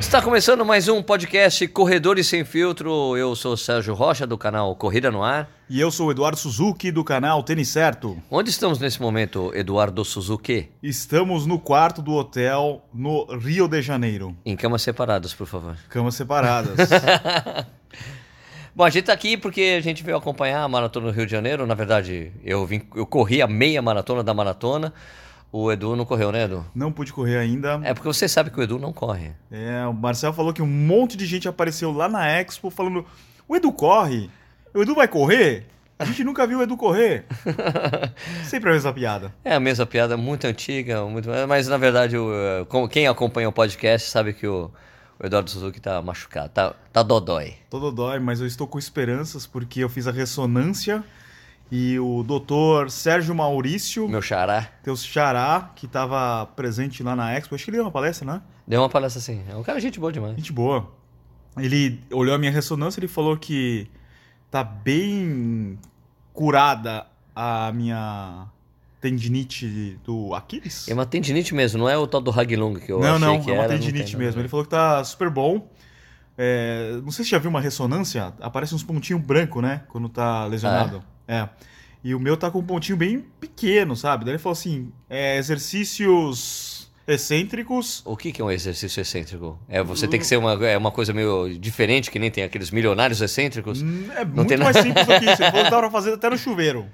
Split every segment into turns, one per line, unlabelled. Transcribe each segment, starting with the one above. Está começando mais um podcast Corredores Sem Filtro. Eu sou o Sérgio Rocha, do canal Corrida no Ar.
E eu sou o Eduardo Suzuki, do canal Tênis Certo.
Onde estamos nesse momento, Eduardo Suzuki?
Estamos no quarto do hotel no Rio de Janeiro.
Em camas separadas, por favor.
Camas separadas.
Bom, a gente está aqui porque a gente veio acompanhar a maratona do Rio de Janeiro. Na verdade, eu, vim, eu corri a meia maratona da maratona. O Edu não correu, né, Edu?
Não pude correr ainda.
É porque você sabe que o Edu não corre.
É, o Marcel falou que um monte de gente apareceu lá na Expo falando: o Edu corre? O Edu vai correr? A gente nunca viu o Edu correr. Sempre a mesma piada.
É a mesma piada, muito antiga, muito... mas na verdade, o- como- quem acompanha o podcast sabe que o, o Eduardo Suzuki tá machucado, tá, tá dodói.
Todo dói, mas eu estou com esperanças porque eu fiz a ressonância e o doutor Sérgio Maurício,
Meu xará.
teu xará, que estava presente lá na Expo, acho que ele deu uma palestra, né?
Deu uma palestra assim. É um cara gente boa demais.
Gente boa. Ele olhou a minha ressonância e falou que tá bem curada a minha tendinite do Aquiles.
É uma tendinite mesmo, não é o tal do Haglung que eu
não,
achei
não,
que
é uma
era, não tem
tendinite
nada a
mesmo.
ver.
Ele falou que tá super bom. É, não sei se já viu uma ressonância, aparece uns pontinhos branco, né? Quando tá lesionado.
Ah.
É. E o meu tá com um pontinho bem pequeno, sabe? Daí ele falou assim: é, exercícios excêntricos
O que, que é um exercício excêntrico? É você
Hum.
tem que ser uma, é uma coisa meio diferente, que nem tem aqueles milionários excêntricos?
Hum, É
Não
muito
tem
mais simples do que isso. Ele falou que dá pra fazer até no chuveiro.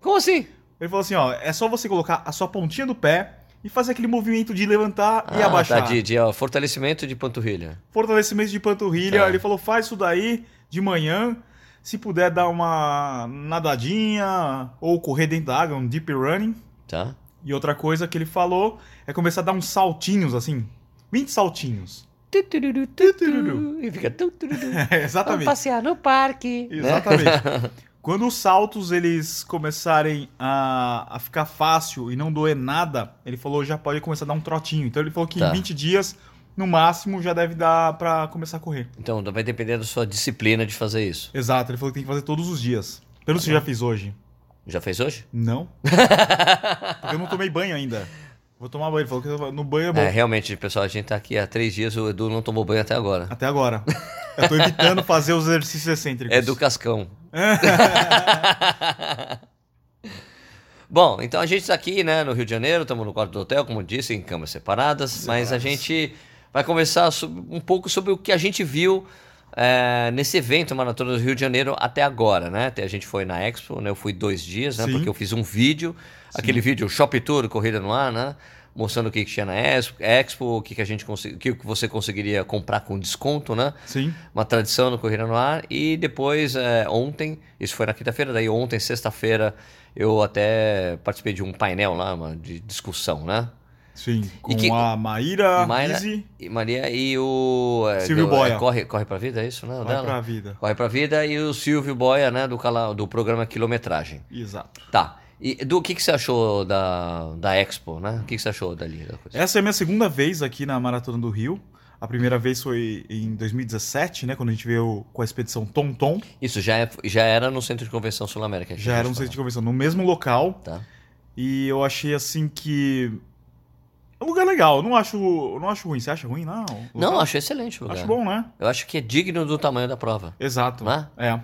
Como assim?
Ele falou assim, ó, é só você colocar a sua pontinha do pé e fazer aquele movimento de levantar e
Ah,
abaixar.
tá, de, de, ó, fortalecimento de panturrilha.
Fortalecimento de panturrilha.
Tá.
Ele falou, faz isso daí de manhã. Se puder dar uma nadadinha ou correr dentro da água, um deep running.
Tá?
E outra coisa que ele falou é começar a dar uns saltinhos, assim. 20 saltinhos.
Tutururu, tutururu. E fica. tutururu.
É, exatamente.
passear no parque.
Exatamente. Quando os saltos eles começarem a, a ficar fácil e não doer nada, ele falou já pode começar a dar um trotinho. Então ele falou que
Tá.
em 20 dias, no máximo, já deve dar pra começar a correr.
Então vai depender da sua disciplina de fazer isso.
Exato, ele falou que tem que fazer todos os dias. Pelo que eu já fiz hoje.
Já fez hoje?
Não. Porque eu não tomei banho ainda. Vou tomar banho. Ele falou que no banho é Tá bom.
É, realmente, pessoal, a gente tá aqui há três dias, o Edu não tomou banho até agora.
Até agora. Eu tô evitando fazer os exercícios excêntricos.
É do Cascão. Bom, então a gente está aqui, né, no Rio de Janeiro, estamos no quarto do hotel, como disse, em camas separadas, mas a gente vai conversar sob- um pouco sobre o que a gente viu eh, nesse evento Maratona do Rio de Janeiro até agora, né? Até A gente foi na Expo, né? Eu fui dois dias, né?
Sim.
Porque eu fiz um vídeo, aquele vídeo Shop Tour, Corrida no Ar, né? Mostrando o que, que tinha na Expo, Expo o que, que a gente consegui- o que que você conseguiria comprar com desconto, né?
Sim.
uma tradição no Corrida no Ar. E depois, eh, ontem, isso foi na quinta-feira, daí ontem, sexta-feira, eu até participei de um painel lá, uma, de discussão, né?
Sim. Com
que-
a Maíra,
Maíra-
Rizzi,
E Maria e o. eh,
Silvio
do-
Boia.
eh, corre, corre pra vida, é isso? Não,
vai pra vida.
Corre pra vida e o Silvio Boia, né, do, cala- do programa Quilometragem.
Exato.
Tá. E do que, que você achou da, da Expo, né? O que, que você achou dali? Da coisa?
Essa é a minha segunda vez aqui na Maratona do Rio. A primeira vez foi em 2017, né? Quando a gente veio com a expedição Tom Tom.
Isso já, é- já era no Centro de Convenção Sul-América. que a
Já
gente
era um
falou.
centro de convenção no mesmo local.
Tá.
E eu achei assim que. É um lugar legal. Eu Não acho, eu não acho ruim. Você acha ruim? Não. O
Não,
local-
acho excelente o lugar.
Acho bom, né?
Eu acho que é digno do tamanho da prova.
Exato.
Né?
É.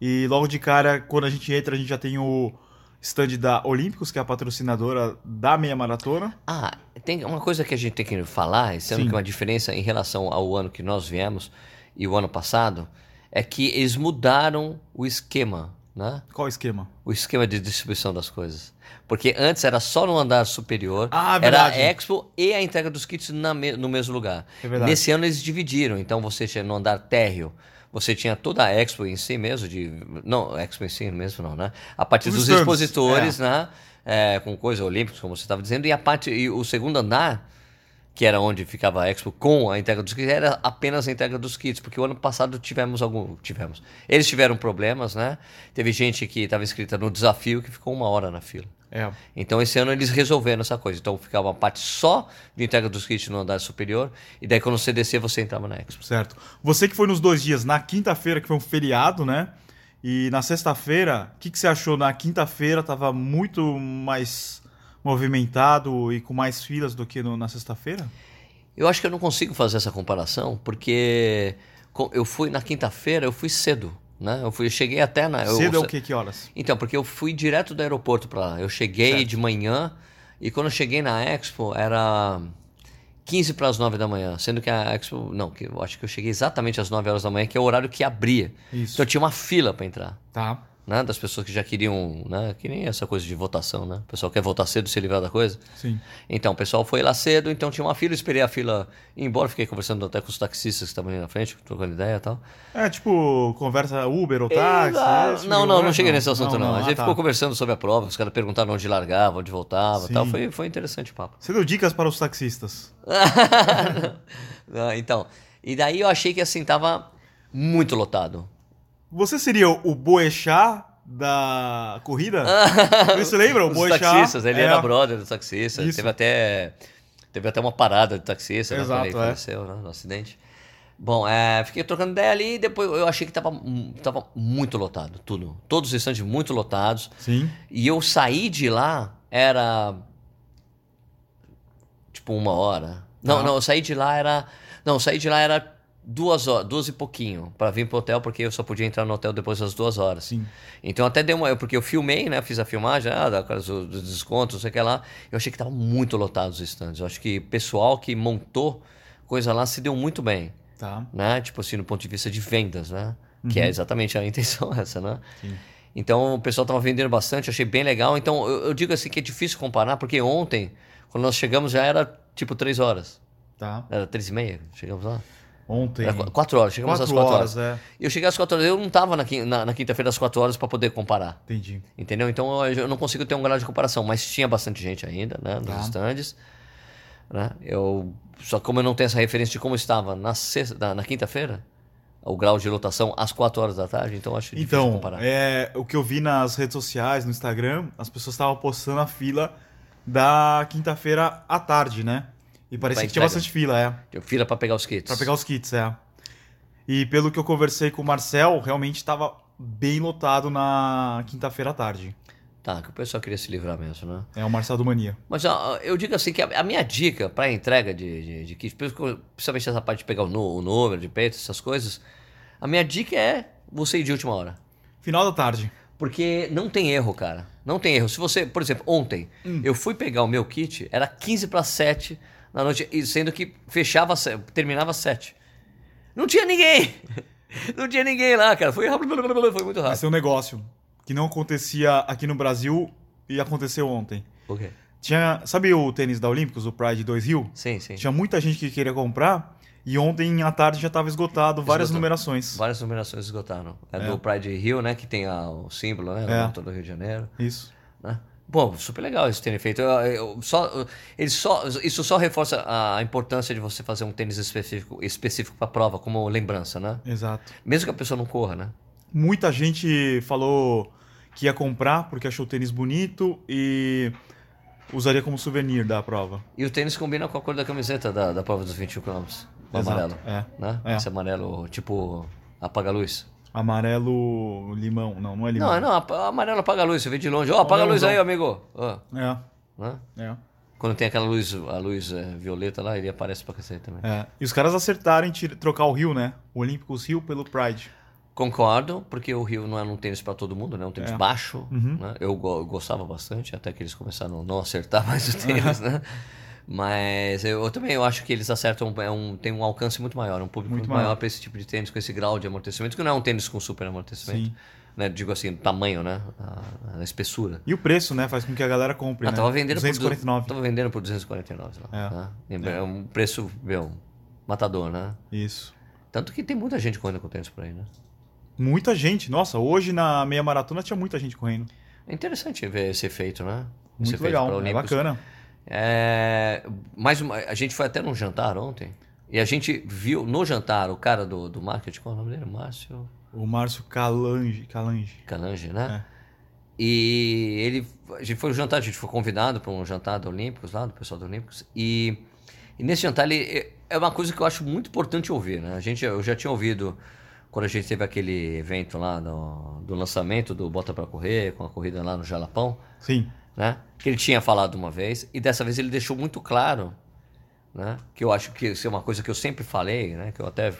E logo de cara, quando a gente entra, a gente já tem o stand da Olímpicos, que é a patrocinadora da meia maratona.
Ah, tem uma coisa que a gente tem que falar, esse ano
Sim.
que é uma diferença em relação ao ano que nós viemos e o ano passado, é que eles mudaram o esquema, né?
Qual o esquema?
O esquema de distribuição das coisas. Porque antes era só no andar superior, era
Ah,
é
verdade.
a Expo e a entrega dos kits na me- no mesmo lugar.
É verdade.
Nesse ano eles dividiram, então você tinha no andar térreo, você tinha toda a Expo em si mesmo, de, não, a Expo em si mesmo não, né? A parte
Os
dos
stands,
expositores, né? É, com coisa olímpica, como você estava dizendo, e a parte, e o segundo andar, que era onde ficava a Expo com a entrega dos kits, era apenas a entrega dos kits, porque o ano passado tivemos algum, tivemos, eles tiveram problemas, né? Teve gente que estava inscrita no desafio que ficou uma hora na fila.
É.
Então esse ano eles resolveram essa coisa. Então ficava uma parte só de entrega dos kits no andar superior, e daí quando você descia, você entrava na Expo.
Certo. Você que foi nos dois dias, na quinta-feira, que foi um feriado, né? E na sexta-feira, o que, que você achou? Na quinta-feira tava muito mais movimentado e com mais filas do que no- na sexta-feira?
Eu acho que eu não consigo fazer essa comparação, porque co- eu fui na quinta-feira, eu fui cedo, né? Eu fui, eu cheguei até na. eu-
Cedo é o quê? Que horas?
Então, porque eu fui direto do aeroporto pra lá. Eu cheguei de manhã e quando eu cheguei na Expo era 15 para as 9 da manhã, sendo que a Expo, não, que eu acho que eu cheguei exatamente às 9 horas da manhã, que é o horário que abria.
Isso.
Então tinha uma fila pra entrar,
Tá.
né, das pessoas que já queriam, né, que nem essa coisa de votação, né? O pessoal quer votar cedo e se livrar da coisa.
Sim.
Então, o pessoal foi lá cedo, então tinha uma fila, eu esperei a fila ir embora, fiquei conversando até com os taxistas que estavam ali na frente, trocando ideia e tal.
É tipo, conversa Uber ou
Exato.
táxi. é, esse
ah, não,
tipo de
não, não
conversa?
cheguei nesse assunto, não. A
Ah,
gente
tá.
ficou conversando sobre a prova, os caras perguntaram onde largava, onde voltava e
Sim.
tal. Foi, foi interessante o papo.
Você deu dicas para os taxistas.
Não, então, e daí eu achei que assim, tava muito lotado.
Você seria o Boechat da corrida? Você lembra? O
Ah, Os
Boechat
taxistas, ele
é-
era brother do taxista,
Isso.
teve até teve até uma parada de taxista, né, quando
Exato,
ele
é.
faleceu, né, no acidente. Bom, é, fiquei trocando ideia ali e depois eu achei que tava, mu- tava muito lotado, tudo. Todos os estandes muito lotados.
Sim.
E eu saí de lá, era. Tipo, uma hora. Não,
Ah.
não, eu saí de lá era. Não, eu saí de lá era duas horas, duas e pouquinho, pra vir pro hotel, porque eu só podia entrar no hotel depois das duas horas.
Sim.
Então até deu uma. Porque eu filmei, né? Fiz a filmagem, ah, da- dos dos descontos, não sei o que lá. Eu achei que tava muito lotado os stands. Eu acho que o pessoal que montou coisa lá se deu muito bem,
Tá.
né? Tipo assim, do ponto de vista de vendas, né? Que
Uhum.
é exatamente a intenção essa, né?
Sim.
Então o pessoal tava vendendo bastante, eu achei bem legal. Então eu, eu digo assim que é difícil comparar, porque ontem, quando nós chegamos, já era tipo três horas.
Tá.
Era três e meia, chegamos lá.
Ontem.
Era qu- quatro horas, chegamos às
É, Quatro
quatro
horas,
horas.
é.
Eu cheguei às quatro horas, eu não tava na, quin- na- na quinta-feira às quatro horas para poder comparar.
Entendi.
Entendeu? Então eu, eu não consigo ter um grau de comparação, mas tinha bastante gente ainda, né? Nos
Tá.
estandes. Né? Eu, só que como eu não tenho essa referência de como estava na, sexta- na, na quinta-feira, o grau de lotação às 4 horas da tarde, então acho difícil
Então,
comparar.
é, o que eu vi nas redes sociais, no Instagram, as pessoas estavam postando a fila da quinta-feira à tarde, né? E parecia
Pra
que
entrega.
tinha bastante fila, é.
Eu fila para pegar os kits.
Pra pegar os kits, é. E pelo que eu conversei com o Marcel, realmente tava bem lotado na quinta-feira à tarde.
Tá, que o pessoal queria se livrar mesmo, né?
É o Marcel do Mania.
Mas ó, eu digo assim que a, a minha dica para entrega de, de, de kits, principalmente essa parte de pegar o, nu- o número de peito, essas coisas, a minha dica é você ir de última hora.
Final da tarde.
Porque não tem erro, cara. Não tem erro. Se você, por exemplo, ontem,
Hum.
eu fui pegar o meu kit, era 15 para 7 na noite, e sendo que fechava, se- terminava 7. Não tinha ninguém. Não tinha ninguém lá, cara. Foi rápido, foi muito
Vai
rápido.
ser um negócio que não acontecia aqui no Brasil e aconteceu ontem.
Ok.
Tinha, sabe o tênis da Olímpicos, o Pride 2 Rio?
Sim, sim.
Tinha muita gente que queria comprar e ontem à tarde já estava esgotado, várias
Esgotou.
numerações.
Várias numerações esgotaram. É,
É.
do Pride Rio, né, que tem a- o símbolo, né,
É.
do motor do Rio de Janeiro.
Isso.
né? Bom, super legal isso terem feito. Eu- eu só, eu- ele só, isso só reforça a importância de você fazer um tênis específico, específico para prova, como lembrança, né?
Exato.
Mesmo que a pessoa não corra, né?
Muita gente falou que ia comprar porque achou o tênis bonito e usaria como souvenir da prova.
E o tênis combina com a cor da camiseta da, da prova dos 21 km. O amarelo.
É.
Né?
É.
Esse amarelo, tipo, apaga-luz.
Amarelo limão. Não, não é limão.
Não, não, ap- amarelo apaga-luz, você vê de longe. Ó, apaga a luz aí, amigo. Ó,
É,
né?
é,
Quando tem aquela luz, a luz é, violeta lá, ele aparece pra cacete também.
é. E os caras acertaram em tira- trocar o Rio, né? O Olímpicos Rio pelo Pride.
Concordo, porque o Rio não era um tênis para todo mundo, né? Um tênis
É.
baixo.
Uhum.
né? Eu, go- eu gostava bastante, até que eles começaram a não acertar mais o tênis, né? Mas eu, eu também eu acho que eles acertam, é um, tem um alcance muito maior, um público
Muito
muito maior,
maior.
para esse tipo de tênis, com esse grau de amortecimento, que não é um tênis com super amortecimento.
Sim.
Né? Digo assim, tamanho, né? A, a espessura.
E o preço, né? Faz com que a galera compre.
Ah,
né?
tava vendendo por
249.
du- tava vendendo por 249 lá,
É.
né? Lembra- É um preço, meu, matador, né?
Isso.
Tanto que tem muita gente correndo com tênis por aí, né?
Muita gente. Nossa, hoje na meia maratona tinha muita gente correndo.
É interessante ver esse efeito, né? Esse
Muito
efeito pra
legal. É
Olímpicos.
bacana.
É, mais uma, a gente foi até num jantar ontem e a gente viu no jantar o cara do, do marketing, qual é o nome dele? Márcio
O Márcio Calange. Calange.
Calange, né?
É.
E ele, a gente foi um jantar, a gente foi convidado para um jantar do Olímpicos lá, do pessoal do Olímpicos, e, e nesse jantar ele, é uma coisa que eu acho muito importante ouvir, né? A gente, eu já tinha ouvido quando a gente teve aquele evento lá no- do lançamento do Bota para Correr, com a corrida lá no Jalapão,
Sim.
né? Que ele tinha falado uma vez e dessa vez ele deixou muito claro né? Que eu acho que isso é uma coisa que eu sempre falei, né? Que eu até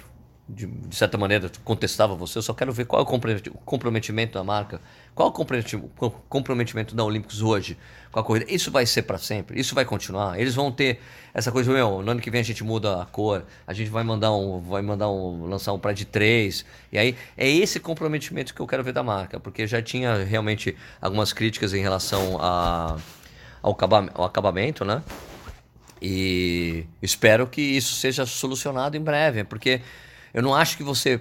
de, de certa maneira contestava você. Eu só quero ver qual é o comprometi- comprometimento da marca, qual é o comprometi- com- comprometimento da Olímpicos hoje com a corrida. Isso vai ser para sempre. Isso vai continuar. Eles vão ter essa coisa meu. No ano que vem a gente muda a cor. A gente vai mandar um, vai mandar um, lançar um para de três. E aí é esse comprometimento que eu quero ver da marca, porque já tinha realmente algumas críticas em relação a, ao, acaba- ao acabamento, né? E espero que isso seja solucionado em breve, porque eu não acho que você.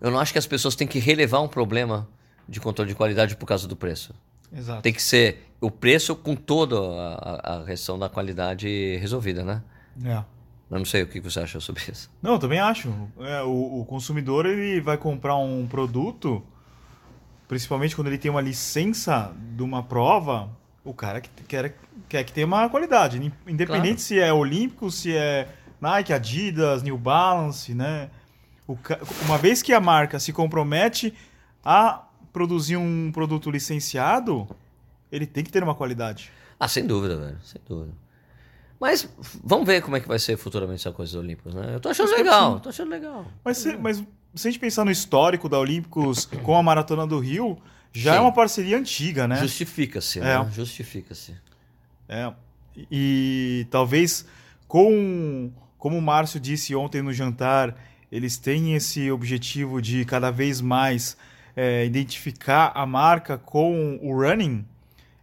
Eu não acho que as pessoas têm que relevar um problema de controle de qualidade por causa do preço.
Exato.
Tem que ser o preço com toda a, a- a questão da qualidade resolvida, né?
É.
Eu não sei o que você acha sobre isso.
Não, eu também acho. É, o, o consumidor ele vai comprar um produto, principalmente quando ele tem uma licença de uma prova, o cara que quer, quer que tenha uma qualidade. in- Independente
Claro.
se é olímpico, se é Nike, Adidas, New Balance, né? O ca- uma vez que a marca se compromete a produzir um produto licenciado, ele tem que ter uma qualidade.
Ah, sem dúvida, velho. Sem dúvida. Mas f- vamos ver como é que vai ser futuramente essa coisa dos Olímpicos, né? Eu tô achando
Espero que
legal,
sim.
tô achando legal.
Mas se, mas se a gente pensar no histórico da Olímpicos com a Maratona do Rio, já é
Sim.
uma parceria antiga, né?
Justifica-se,
É.
né? Justifica-se.
É. E talvez com, como o Márcio disse ontem no jantar, eles têm esse objetivo de cada vez mais é, identificar a marca com o running.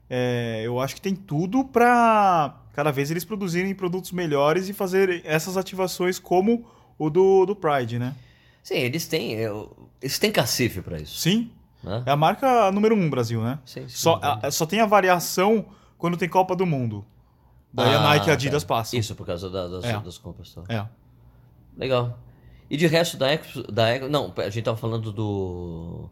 é, eu acho que tem tudo para cada vez eles produzirem produtos melhores e fazer essas ativações como o do, do Pride, né?
Sim, eles têm. eu- Eles têm cacife pra isso.
Sim,
Né?
é a marca número um no Brasil, né?
Sim, sim,
Só,
verdade.
a- só tem a variação quando tem Copa do Mundo. Daí a
Ah,
Nike e
tá.
a Adidas passam.
Isso, por causa da- das,
É.
das compras. Tá.
É.
Legal. E de resto da Expo, da Ex- Não, a gente tava falando do.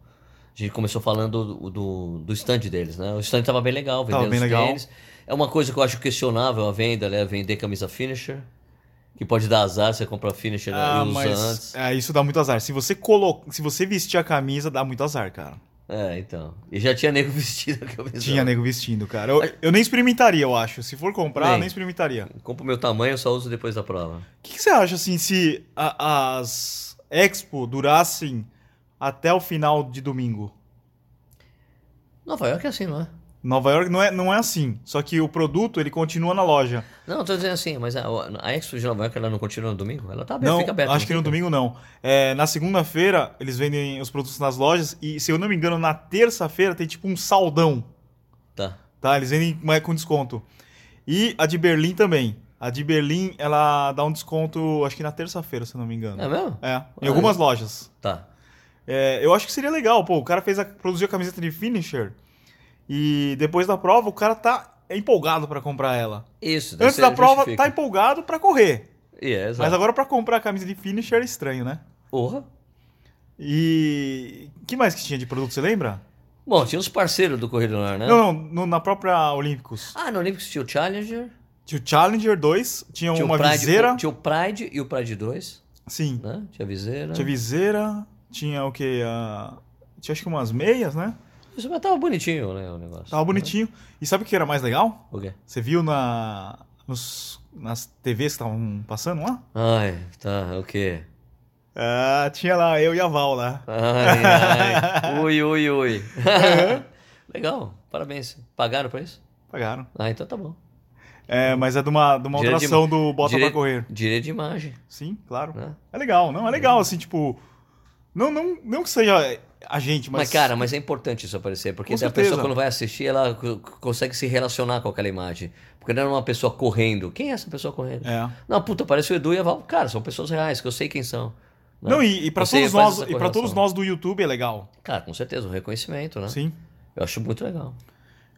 A gente começou falando do, do, do stand deles, né? O stand tava bem legal, vendendo
Tava bem
os
legal.
tênis. É uma coisa que eu acho questionável a venda, né? Vender camisa finisher. Que pode dar azar, você compra finisher né,
Ah,
e usa
mas
antes.
é, isso dá muito azar. Se você colo... se você vestir a camisa, dá muito azar, cara.
É, então. E já tinha nego vestido a camisa.
Tinha né? nego vestindo, cara. Eu, eu nem experimentaria, eu acho. Se for comprar,
Bem.
nem experimentaria.
Compro o meu tamanho, eu só uso depois da prova.
O que, que você acha, assim, se a- as Expo durassem até o final de domingo?
Nova York é assim, não é?
Nova York não é, não é assim. Só que o produto, ele continua na loja.
Não, eu tô dizendo assim, mas a, a Expo de Nova York ela não continua no domingo? Ela tá aberta,
Não,
fica aberta.
acho que no
fica?
domingo não. É, na segunda-feira, eles vendem os produtos nas lojas. E, se eu não me engano, na terça-feira tem tipo um saldão.
Tá.
Tá, eles vendem mas com desconto. E a de Berlim também. A de Berlim, ela dá um desconto, acho que na terça-feira, se eu não me engano.
É mesmo?
É, em algumas lojas.
Tá.
É, eu acho que seria legal, pô, o cara fez a, produziu a camiseta de finisher e depois da prova o cara tá empolgado pra comprar ela.
Isso, daí
Antes
você
da prova
justifica.
tá empolgado pra correr,
E é,
mas
exato.
agora pra comprar a camisa de finisher é estranho, né?
Porra.
E que mais que tinha de produto, você lembra?
Bom, tinha os parceiros do Correio do Lar, né?
Não, não, no- na própria Olímpicos.
Ah, no Olympics tinha o Challenger,
Tinha o Challenger 2, tinha,
tinha,
uma
o Pride,
viseira.
tinha o Pride e o Pride 2,
Sim.
né? Tinha a viseira.
Tinha viseira, tinha o que? A... Tinha acho que umas meias, né?
Isso mas tava bonitinho, né, o negócio.
Tava bonitinho. E sabe o que era mais legal?
O quê?
Você viu na... nos- nas TVs que estavam passando lá?
Ai, tá, o quê?
Ah, tinha lá eu e a Val lá.
Ai, ai. Ui, ui, ui. Legal, parabéns. Pagaram pra isso?
Pagaram.
Ah, então tá bom.
É, mas é de uma, de uma
Direito de
atração do Bota
direito-
pra Correr.
Direito de imagem,
Sim, claro.
né?
É legal, não? É legal, assim, tipo... Não, não, não que seja a gente, mas...
Mas, cara, mas é importante isso aparecer, porque
Com
daí a
certeza.
pessoa quando vai assistir, ela co- consegue se relacionar com aquela imagem. Porque não é uma pessoa correndo. Quem é essa pessoa correndo?
É.
Não, puta, parece o Edu e a Val. Cara, são pessoas reais, que eu sei quem são. né?
Não, e, e para
Você
todos
faz
nós,
essa
e para todos
correlação.
nós do YouTube é legal.
Cara, com certeza, o reconhecimento, né?
Sim.
Eu acho muito legal.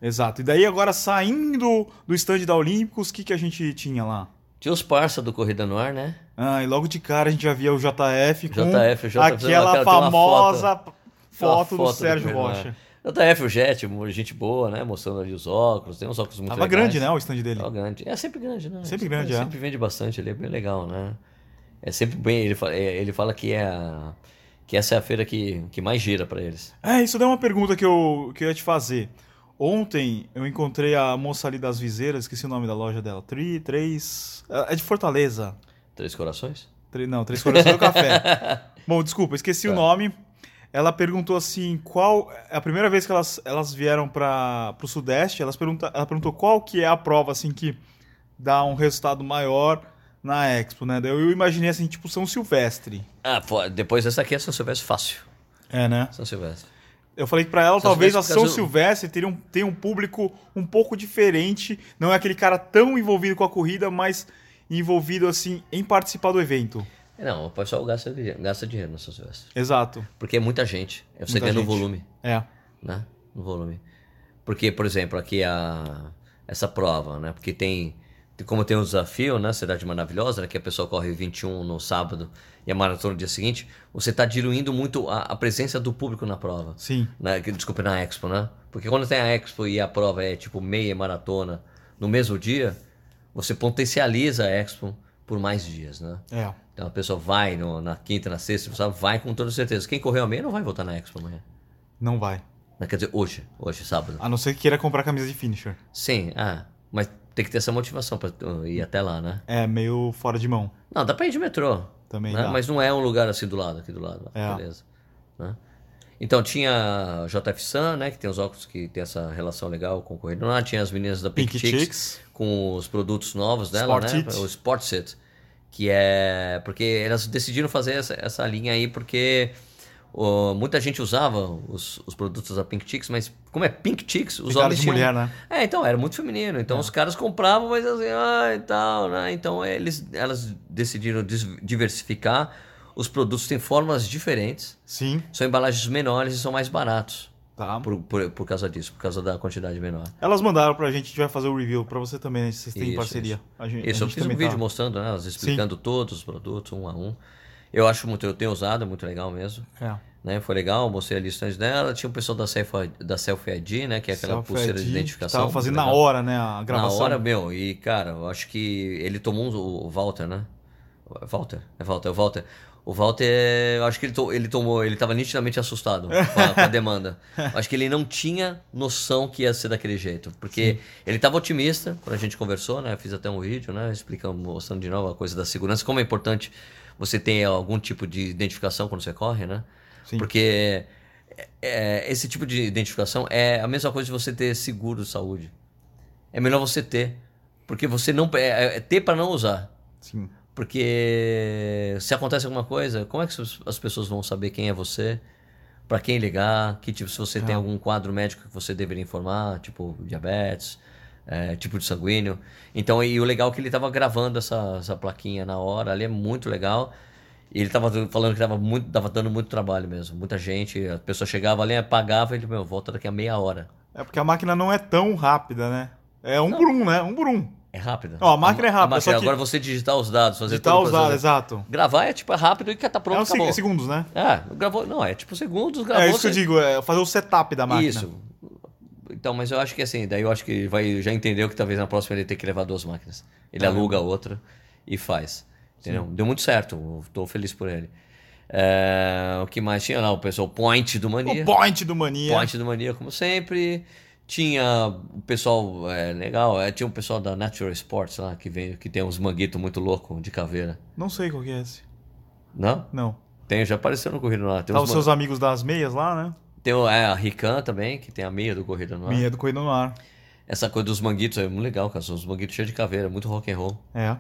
Exato. E daí agora saindo do stand da Olímpicos, o que, que a gente tinha lá?
Tinha os parça do Corrida no Ar, né?
Ah, e logo de cara a gente já via o JF com
JF, o JF,
aquela
aquela- tem uma
famosa foto,
Aquela
do
foto do
Sérgio
Pedro,
Rocha.
JF, o Jet, gente boa, né? Mostrando ali os óculos. Tem uns óculos muito
Tava
legais.
grande, né, o stand dele.
Tava grande. É sempre grande, né?
Sempre grande, é.
Sempre vende bastante ali, é bem legal, né? É sempre bem... Ele fala, é- ele fala que é a- Que essa é a feira que, que mais gira pra eles.
É, isso daí é uma pergunta que eu, que eu ia te fazer. Ontem eu encontrei a moça ali das viseiras, esqueci o nome da loja dela. Tri, três. É de Fortaleza.
Três Corações?
Tre- Não, Três Corações do Café. Bom, desculpa, esqueci o
Tá.
nome. Ela perguntou assim, qual... É a primeira vez que elas, elas vieram para o Sudeste, elas pergunta, ela perguntou qual que é a prova, assim, que dá um resultado maior na Expo, né? Daí Eu imaginei, assim, tipo São Silvestre.
Ah, fo- depois dessa aqui é São Silvestre fácil.
É, né?
São Silvestre.
Eu falei que pra ela,
São
talvez a
Silvestre por
São
causa do-
Silvestre teria um, tenha um público um pouco diferente. Não é aquele cara tão envolvido com a corrida, mas envolvido, assim, em participar do evento.
É, Não, o pessoal gasta dinheiro, gasta dinheiro no São Silvestre.
Exato.
Porque é muita gente. É você
Muita
vendo o
gente.
volume,
É.
né? No volume. Porque, por exemplo, aqui a essa prova, né? Porque tem. Como tem um desafio, né? Cidade Maravilhosa, né? Que a pessoa corre 21 no sábado e a maratona no dia seguinte, você está diluindo muito a- a presença do público na prova.
Sim.
Na, que- desculpa, na Expo, né? Porque quando tem a Expo e a prova é tipo meia maratona no mesmo dia, você potencializa a Expo por mais dias, né?
É.
Então a pessoa vai no- na quinta, na sexta, no sábado, vai com toda certeza. Quem correu a meia não vai voltar na Expo amanhã.
Não vai.
Né, Quer dizer, hoje, hoje, sábado.
A não ser que queira comprar camisa de finisher.
Sim, ah, mas tem que ter essa motivação pra uh, ir até lá, né?
É, meio fora de mão
Não, dá pra ir de metrô.
também.
né?
dá.
Mas não é um lugar assim do lado, aqui do lado.
É.
Beleza. né? Então tinha a JF Sun, né? Que tem os óculos que tem essa relação legal com o corredor. lá. Tinha as meninas da Pink,
Pink
Chicks,
Chicks.
com os produtos novos dela,
Sport
né?
It.
O Sport Set. Que é. Porque elas decidiram fazer essa, essa linha aí porque. ó, muita gente usava os, os produtos da Pink Chicks, mas como é Pink Chicks, os
Cara
homens
de
tinham
mulher, né?
é, então, era muito feminino.
É.
Então os caras compravam, mas assim, ah, e tal, né? Então eles, elas decidiram dis- diversificar. Os produtos têm formas diferentes,
Sim.
são embalagens menores e são mais baratos
Tá.
por, por, por causa disso, por causa da quantidade menor.
Elas mandaram pra gente, a gente vai fazer o review pra você também, né? Vocês têm
Isso,
parceria. A gente,
Isso,
a
eu
gente
fiz um
também
vídeo
tá.
mostrando, né? Elas explicando todos os produtos, um a um. Eu acho muito, eu tenho usado, é muito legal mesmo.
É.
Né? Foi legal, mostrei a lista dela. Tinha o pessoal da Selfie, da Selfie ID, né? Que é aquela
Selfie
pulseira
ID,
de
que
identificação.
Tava fazendo
muito
na
legal.
hora, né? A gravação.
Na hora, meu, e cara, eu acho que ele tomou um, o Walter, né? Walter? É Walter, é o Walter. O Walter, eu acho que ele, to- ele tomou, ele tava nitidamente assustado com a, com a demanda. Eu Acho que ele não tinha noção que ia ser daquele jeito. Porque ele tava otimista, quando a gente conversou, né? Fiz até um vídeo, né? Explicando, mostrando de novo a coisa da segurança, como é importante você ter algum tipo de identificação quando você corre, né?
Sim.
Porque é, esse tipo de identificação é a mesma coisa de você ter seguro de saúde. É melhor você ter, porque você não é, é ter para não usar.
Sim.
Porque se acontece alguma coisa, como é que as- as pessoas vão saber quem é você? Pra quem ligar? Que tipo, se você
Ah.
tem algum quadro médico que você deveria informar, tipo diabetes, é, tipo de sanguíneo. Então, e o legal é que ele tava gravando essa, essa plaquinha na hora, ali é muito legal. E ele tava do- falando que tava, muito, tava dando muito trabalho mesmo. Muita gente, a pessoa chegava ali, apagava e ele, meu, volta daqui a meia hora.
É porque a máquina não é tão rápida, né? É um por um, né? Um por um.
É rápido.
Ó, a máquina é rápida,
máquina-
só que-
Agora você digitar os dados, fazer
Digital
todo o
tá usado,
processo.
exato.
Gravar é tipo é rápido e tá pronto,
é uns
acabou.
seg- segundos, né?
Ah, gravou. Não, é tipo segundos, gravou.
é isso que eu
você-
digo, é fazer o setup da máquina.
Isso. Então, mas eu acho que assim, daí eu acho que ele vai já entendeu que talvez na próxima ele tenha que levar duas máquinas. Ele
Ah,
aluga a outra e faz. Entendeu? Deu muito certo. eu Tô feliz por ele. É, o que mais tinha lá? O pessoal Point do Mania.
O point é. do Mania.
Point do Mania, como sempre. Tinha o pessoal é, legal, é, tinha o pessoal da Natural Sports lá que vem, que tem uns manguitos muito loucos de caveira.
Não sei qual que é esse.
Não?
Não.
Tem, já apareceu no corrido lá. Tem,
Tá
uns
os
man-
seus amigos das meias lá, né?
tem o- é, a Rican também, que tem a meia do corrido lá.
Meia do Corrida no Ar.
Essa coisa dos manguitos é muito legal, cara. São os manguitos cheios de caveira, muito rock and roll.
É.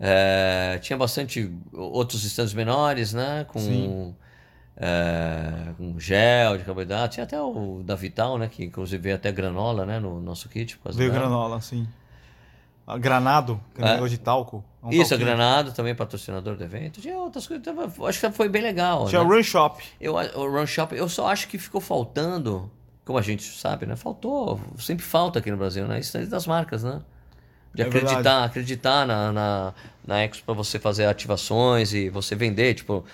É, tinha bastante outros estandes menores, né? Com,
Sim.
é, com gel de carboidrato. Tinha até o da Vital, né? Que inclusive veio até granola, né? No nosso kit. Por causa
Veio
dela.
granola, sim. Ah, Granado, que é um
É.
negócio de talco. É um
Isso, a
talquinho.
Granado também, é patrocinador do evento. Tinha outras coisas. tava- Acho que foi bem legal.
Tinha
né?
Run Shop.
Eu, a- o Run Shop, eu só acho que ficou faltando, como a gente sabe, né? Faltou, sempre falta aqui no Brasil, né? Isso é das marcas, né? De
É
acreditar,
verdade.
acreditar na, na, na Expo para você fazer ativações e você vender, tipo,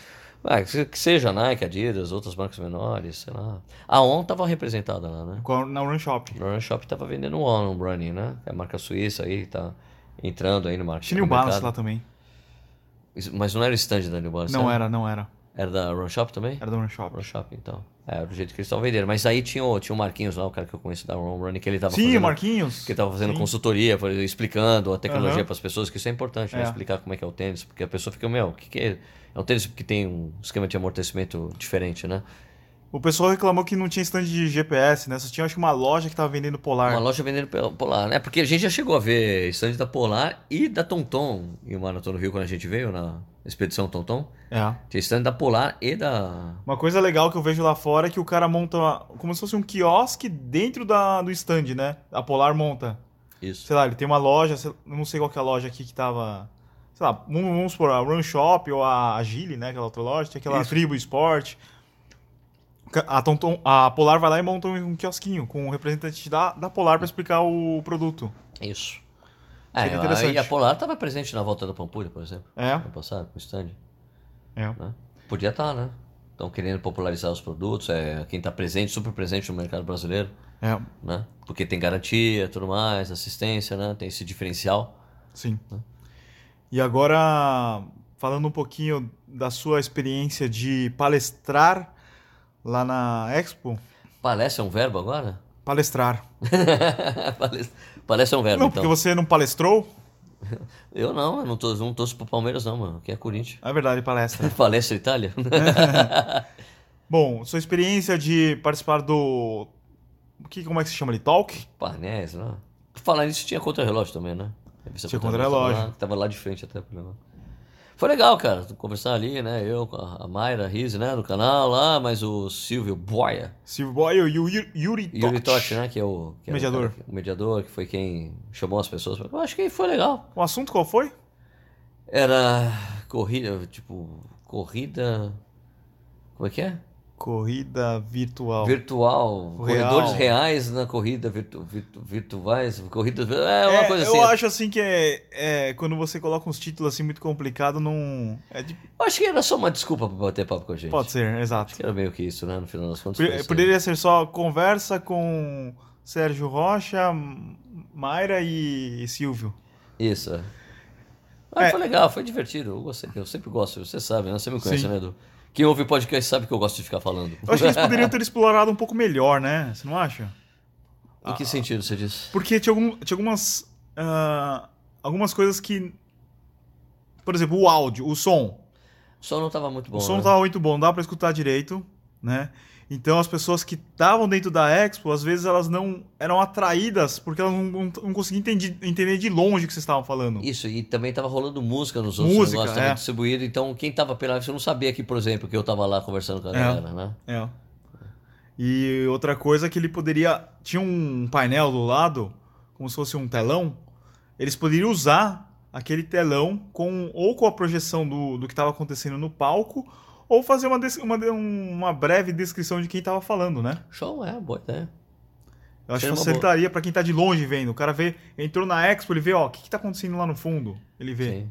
ah, que se- que seja Nike, Adidas, outras marcas menores, sei lá. A ON tava representada lá, né?
com a- Na Run Shop.
O Run Shop tava vendendo o ON Running, né? Que é a marca suíça aí, que tá entrando aí no mar- no
Tinha New
mercado.
Balance lá também.
Isso- Mas não era o stand da New Balance,
Não
né?
era, não era.
Era da Run Shop também?
Era da Run Shop.
Run Shop, então. É, do jeito que eles estavam vendendo. Mas aí tinha, o- tinha o Marquinhos lá, o cara que eu conheço da Run Running, que ele tava
Sim,
fazendo,
Marquinhos.
que ele tava fazendo
Sim.
consultoria, foi explicando a tecnologia
Aham.
para as pessoas, que isso é importante, né?
É.
Explicar como é que é o tênis, porque a pessoa fica, meu, o que, que é? É um tênis que tem um esquema de amortecimento diferente, né?
O pessoal reclamou que não tinha stand de GPS, né? Só tinha, acho que, uma loja que tava vendendo Polar.
Uma loja vendendo pela Polar, né? Porque a gente já chegou a ver estande da Polar e da Tonton em Maratona do Rio, quando a gente veio na expedição Tonton.
É.
Tinha estande da Polar e da...
Uma coisa legal que eu vejo lá fora é que o cara monta uma- como se fosse um quiosque dentro da, do stand, né? A Polar monta.
Isso.
Sei lá, ele tem uma loja, sei- eu não sei qual que é a loja aqui que tava. Sei lá, vamos, vamos supor, a Run Shop ou a Agile, né? Aquela outra loja, tem aquela
Isso.
Tribo Sport. Ca- A, Tonton- a Polar vai lá e monta um quiosquinho com o representante da, da Polar pra explicar o produto.
Isso.
Seria
É,
interessante.
e a Polar estava presente na volta da Pampulha, por exemplo,
É,
ano passado, com o stand.
É.
Né? Podia estar, né? Estão querendo popularizar os produtos, é, quem está presente, super presente no mercado brasileiro,
é,
né? Porque tem garantia, tudo mais, assistência, né? Tem esse diferencial.
sim. E agora, falando um pouquinho da sua experiência de palestrar lá na Expo.
Palestra é um verbo agora?
Palestrar.
Palestra- Palestra é um verbo,
não,
então.
porque você não palestrou?
Eu não, eu não, tô, não torço pro Palmeiras, não, mano. Aqui é Corinthians.
É verdade, palestra.
Palestra Itália?
Bom, sua experiência de participar do. o que, como é que se chama ali? Talk?
Parnés, não. é? Por falar nisso, tinha contra-relógio também, né? Revista
Tinha
Lá, que tava lá de frente até. pro negócio. Foi legal, cara, conversar ali, né? Eu, com a a Mayra Riz, né? Do canal lá, mas o Silvio Boia.
Steve Boyle e o Yuri, Yuri
E o Vitotti,
Totti.
né? Que é o... Que era o
Mediador.
cara que- o mediador, que foi quem chamou as pessoas. pra- Eu acho que foi legal.
O assunto qual foi?
Era corrida, tipo... Corrida... Como é que é?
Corrida virtual.
virtual,
Real.
corredores reais na corrida virtu, virtu- virtuais, corridas, é uma
É,
coisa
eu
assim.
acho assim que é, é, quando você coloca uns títulos assim muito complicado, não. é de-
Eu acho que era só uma desculpa pra bater papo com a gente.
Pode ser,
Acho
exato.
que era meio que isso, né, no final das contas.
Por-
foi isso, né?
Poderia ser só conversa com Sérgio Rocha, Mayra e Silvio.
Isso. é. Mas
É.
foi legal, foi divertido. Eu gostei, eu sempre gosto, você sabe, né? Você me conhece,
Sim.
né, Edu? Quem ouve podcast sabe que eu gosto de ficar falando.
Eu acho que eles poderiam ter explorado um pouco melhor, né? Você não acha?
em que sentido você diz?
Porque tinha, algum- tinha algumas. ah, algumas coisas que. Por exemplo, o áudio, o som.
O som não tava muito bom.
o som
né?
não tava muito bom, não dava pra escutar direito, né? Então as pessoas que estavam dentro da Expo, às vezes elas não eram atraídas porque elas não, não- não conseguiam entender, entender de longe o que vocês estavam falando.
Isso, e também tava rolando música nos outros
Música,
negócios, tava
é.
distribuído. Então, quem tava pela você não sabia que, por exemplo, que eu tava lá conversando com a
É.
galera, né?
É. E outra coisa é que ele poderia. Tinha um painel do lado, como se fosse um telão. Eles poderiam usar aquele telão com ou com a projeção do, do que estava acontecendo no palco, ou fazer uma, des- uma, de- uma breve descrição de quem estava falando, né?
Show, é, boa ideia.
Eu
Seria
acho que
uma boa.
facilitaria para quem tá de longe vendo. O cara vê, entrou na Expo, ele vê, ó, o que, que tá acontecendo lá no fundo? Ele vê.
Sim.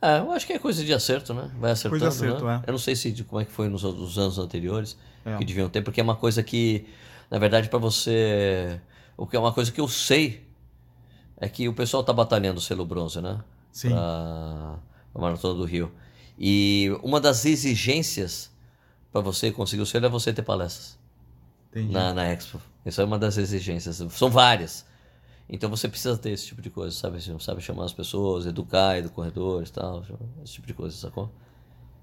É, eu acho que é coisa de acerto, né? Vai acertando,
de acerto,
né?
é.
Eu não sei se de como é que foi nos outros anos anteriores
É.
que deviam ter, porque é uma coisa que, na verdade, para você, o que é uma coisa que eu sei é que o pessoal tá batalhando o selo bronze, né?
Sim.
Pra a maratona do Rio. E uma das exigências para você conseguir o selo é você ter palestras
Entendi.
na, na Expo. Essa é uma das exigências. São várias. Então você precisa ter esse tipo de coisa, sabe? Você sabe chamar as pessoas, educar, edu- corredores e tal. Esse tipo de coisa, sacou?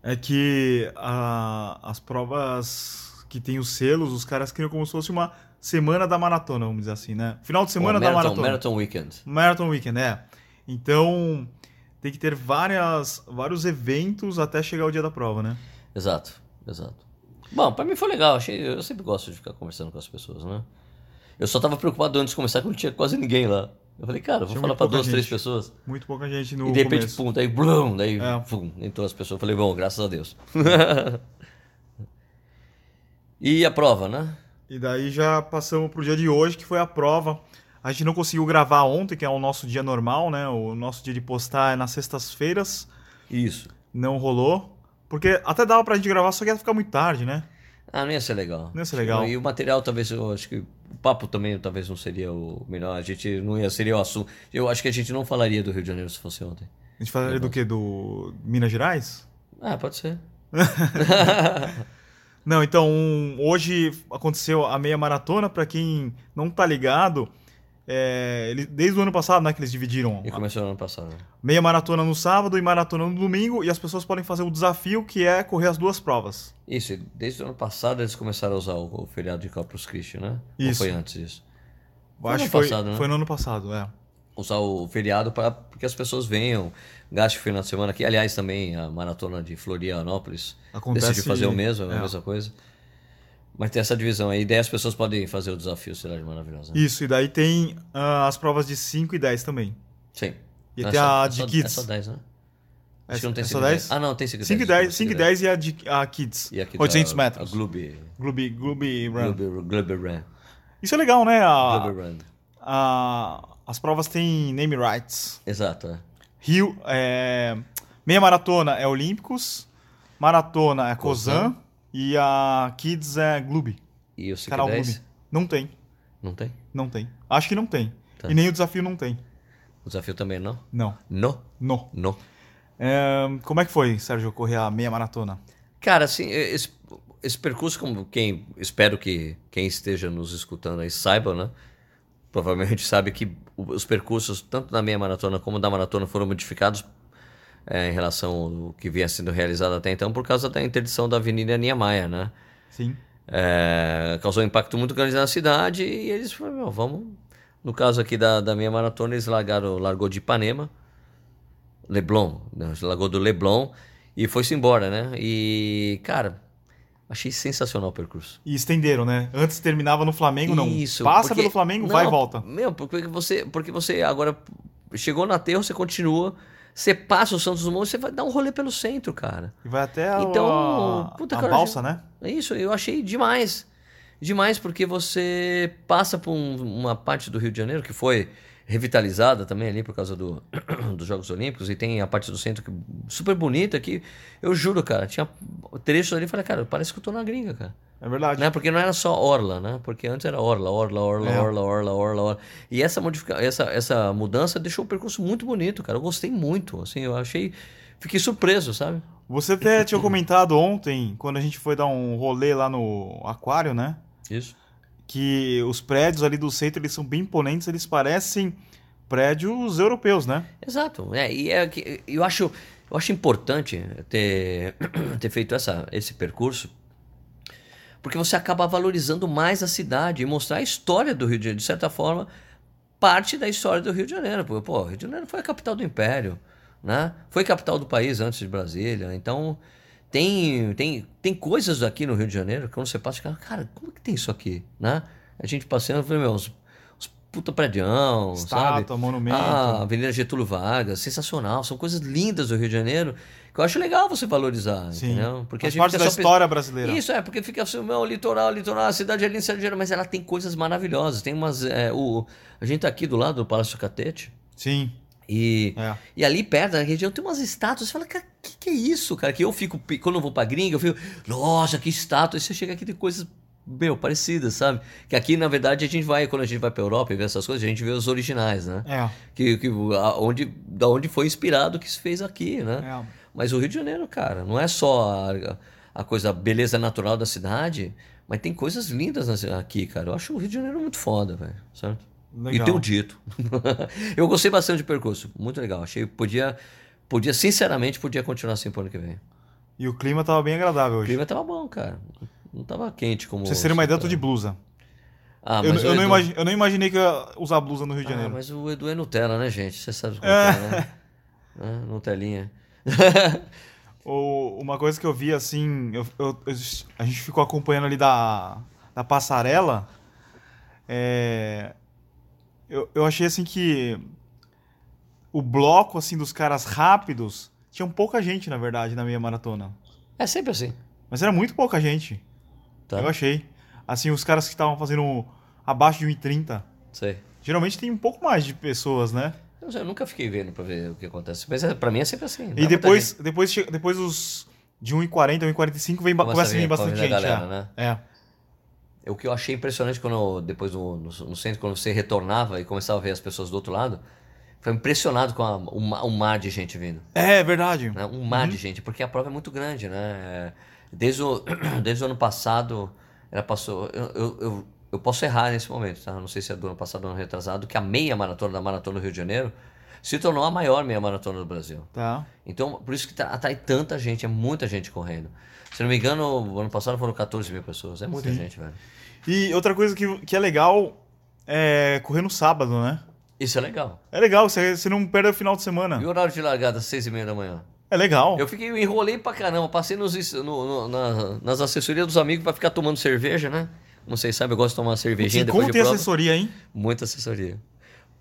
É que a- as provas que tem os selos, os caras criam como se fosse uma semana da maratona, vamos dizer assim, né? Final de semana
Bom,
da
marathon,
maratona.
Marathon Weekend.
Marathon Weekend, é. Então, tem que ter várias, vários eventos até chegar o dia da prova, né?
Exato, exato. Bom, pra mim foi legal. Achei, eu sempre gosto de ficar conversando com as pessoas, né? Eu só tava preocupado antes de começar que não tinha quase ninguém lá. Eu falei, cara, eu vou
Tinha
falar
muito
pra
pouca
duas, três
gente.
pessoas.
Muito pouca gente no
e de repente,
começo.
pum, daí, blum, daí,
É.
pum, entrou as pessoas. Eu falei, bom, graças a Deus. e a prova, né?
E daí já passamos pro dia de hoje, que foi a prova. A gente não conseguiu gravar ontem, que é o nosso dia normal, né? O nosso dia de postar é nas sextas-feiras.
Isso.
Não rolou. Porque até dava pra gente gravar, só que ia ficar muito tarde, né?
Ah, não ia ser legal.
Não ia ser legal.
E o material, talvez, eu acho que o papo também talvez não seria o melhor. A gente não ia, seria o assunto. Eu acho que a gente não falaria do Rio de Janeiro se fosse ontem.
A gente falaria do quê? Do Minas Gerais?
Ah, pode ser.
Não, então, um- hoje aconteceu a meia maratona, pra quem não tá ligado, é, ele- desde o ano passado, né, que eles dividiram
E
a
começou no ano passado.
meia maratona no sábado e maratona no domingo, e as pessoas podem fazer o desafio que é correr as duas provas.
Isso, e desde o ano passado eles começaram a usar o, o feriado de Corpus Christi, né? Ou
Isso.
foi antes disso?
Eu
Foi
Acho
no
que foi,
passado, né?
foi no ano passado, é.
Usar o feriado para que as pessoas venham, gastem o final de semana aqui. Aliás, também a maratona de Florianópolis
Acontece-
decidiu fazer o mesmo,
é.
a mesma coisa. Mas tem essa divisão aí. E daí as pessoas podem fazer o desafio, cidade maravilhosa. né?
Isso, e daí tem ah, as provas de 5 e 10 também.
Sim.
E
Não,
tem
é só-
a
é
de
só-
kids.
É só 10, né?
É-
Acho que não tem
é só
5 e 10.
10?
Ah, não, tem 5 e 10.
5 e 10,
desculpa,
5 e 10 e a, de, a Kids.
E aqui tá
800
a-
metros.
A Gloob,
Gloob, Gloob Run.
Gloob, Gloob Run.
Isso é legal, né? A-
Gloob Run.
a- as provas têm name rights.
Exato, é.
Rio, é, meia maratona é Olímpicos, maratona é Cozan e a Kids é Gloob.
E o 5 e
Canal
10?
Gloob. Não tem,
Não tem?
não tem. Acho que não tem.
Tá.
E nem o desafio não tem.
O desafio também não?
Não,
Não,
não.
não.
É, como é que foi, Sérgio, correr a meia maratona?
Cara, assim, esse, esse percurso, como quem espero que quem esteja nos escutando aí saiba, né? Provavelmente sabe que o- os percursos, tanto da meia maratona como da maratona, foram modificados é, em relação ao que vinha sendo realizado até então por causa da interdição da Avenida Niemeyer, né?
Sim.
É, causou um impacto muito grande na cidade e eles falaram, "Meu, vamos. No caso aqui da, da minha maratona, eles largaram, largou de Ipanema, Leblon, né? largou do Leblon e foi-se embora, né? E, cara, achei sensacional o percurso.
E estenderam, né? Antes terminava no Flamengo, não.
Isso,
Passa
porque-
pelo Flamengo,
Não,
vai e volta.
Meu, porque você, porque você agora chegou no aterro, você continua, você passa o Santos Dumont, você vai dar um rolê pelo centro, cara.
E vai até a,
Então,
a,
puta,
a
cara,
balsa, né?
É isso, eu achei demais. Demais, porque você passa por um- uma parte do Rio de Janeiro que foi revitalizada também ali por causa do- dos Jogos Olímpicos e tem a parte do centro que, super bonita que eu juro, cara, tinha trechos ali e falei, cara, parece que eu tô na gringa, cara.
É verdade.
Né? Porque não era só orla, né? Porque antes era orla, orla, orla,
É.
orla, orla, orla, orla. E essa, modifica... essa, essa mudança deixou o percurso muito bonito, cara. Eu gostei muito, assim, eu achei... Fiquei surpreso, sabe?
Você até tinha comentado ontem, quando a gente foi dar um rolê lá no aquário, né?
Isso.
Que os prédios ali do centro, eles são bem imponentes, eles parecem prédios europeus, né?
Exato. É, e é que eu acho, eu acho importante ter, ter feito essa, esse percurso, porque você acaba valorizando mais a cidade e mostrar a história do Rio de Janeiro, de certa forma, parte da história do Rio de Janeiro. Pô, pô, Rio de Janeiro foi a capital do Império, né? Foi capital do país antes de Brasília. Então, tem, tem, tem coisas aqui no Rio de Janeiro que quando você passa, fica, cara, como que tem isso aqui, né? A gente passeando, eu falei, meu, os, os puta predião, sabe?
Estátua, monumento.
Ah, Avenida Getúlio Vargas, sensacional. São coisas lindas do Rio de Janeiro que eu acho legal você valorizar,
Sim.
entendeu? Porque
Faz parte
fica
da
só pe-
história né? brasileira.
Isso, é, porque fica assim, meu, litoral, litoral, a cidade é linda, a cidade é linda, mas ela tem coisas maravilhosas. Tem umas... é, o, a gente tá aqui do lado do Palácio Catete
Sim,
e...
é.
E ali perto da região tem umas estátuas. Você fala, cara, que que é isso, cara? Que eu fico, pi- quando eu vou pra gringa, eu fico, nossa, que estátua. E você chega aqui tem coisas, meu, parecidas, sabe? Que aqui, na verdade, a gente vai, quando a gente vai pra Europa e vê essas coisas, a gente vê os originais, né?
É,
que, que a- onde, da onde foi inspirado o que se fez aqui, né?
é.
Mas o Rio de Janeiro, cara, não é só a, a coisa, a beleza natural da cidade, mas tem coisas lindas nas- aqui, cara. Eu acho o Rio de Janeiro muito foda, velho, certo?
Legal.
E tenho dito. Eu gostei bastante do percurso, muito legal. Achei, podia, podia sinceramente, podia continuar assim pro ano que vem.
E o clima tava bem agradável
O
hoje.
clima é tava bom, cara. Não tava quente como... né?
Pra vocês terem uma ideia, eu tô de blusa.
é.
eu, eu não imagi- eu não imaginei que eu ia usar blusa no Rio de
Ah,
Janeiro.
mas o Edu é Nutella, né, gente? Você sabe como
É.
é, que é né? Ah, Nutelinha.
O- uma coisa que eu vi assim, eu- eu- eu- a gente ficou acompanhando ali da, da passarela. é, eu, eu achei assim que o bloco assim dos caras rápidos tinha um pouca gente, na verdade, na meia maratona.
É sempre assim.
Mas era muito pouca gente.
Tá.
Eu achei. Assim, os caras que estavam fazendo abaixo de 1,30.
Sei.
Geralmente tem um pouco mais de pessoas, né?
Eu, não sei, eu nunca fiquei vendo pra ver o que acontece. Mas é, pra mim é sempre assim. dá
E
muita
depois,
gente.
depois, che- depois os de 1,40, 1,45 vem, ba- começa a vir bastante
correndo
gente.
a galera, né?
é. é.
É O que eu achei impressionante quando eu- depois no, no- no centro, quando você retornava e começava a ver as pessoas do outro lado, Foi impressionado com a- o, ma- o mar de gente vindo.
É, verdade.
né? Um mar de gente, porque a prova é muito grande, né? É, Desde o, desde o ano passado, ela passou. Eu, eu, eu, eu posso errar nesse momento, tá? Não sei se é do ano passado ou ano retrasado, que a meia maratona da Maratona do Rio de Janeiro se tornou a maior meia maratona do Brasil.
Tá.
Então, por isso que tá- atrai tanta gente, é muita gente correndo. Se não me engano, o ano passado foram 14 mil pessoas. É muita
Sim.
gente, velho.
E outra coisa que, que é legal é correr no sábado, né?
Isso é legal.
É legal, você, você não perde o final de semana.
E o horário de largada, às seis e meia da manhã?
É legal.
Eu fiquei, eu enrolei pra caramba, passei nos, is- no- no- na- nas assessorias dos amigos pra ficar tomando cerveja, né? Como vocês sabem, eu gosto de tomar uma cervejinha
Sim,
depois
como
de
tem
prova.
assessoria, hein?
Muita assessoria.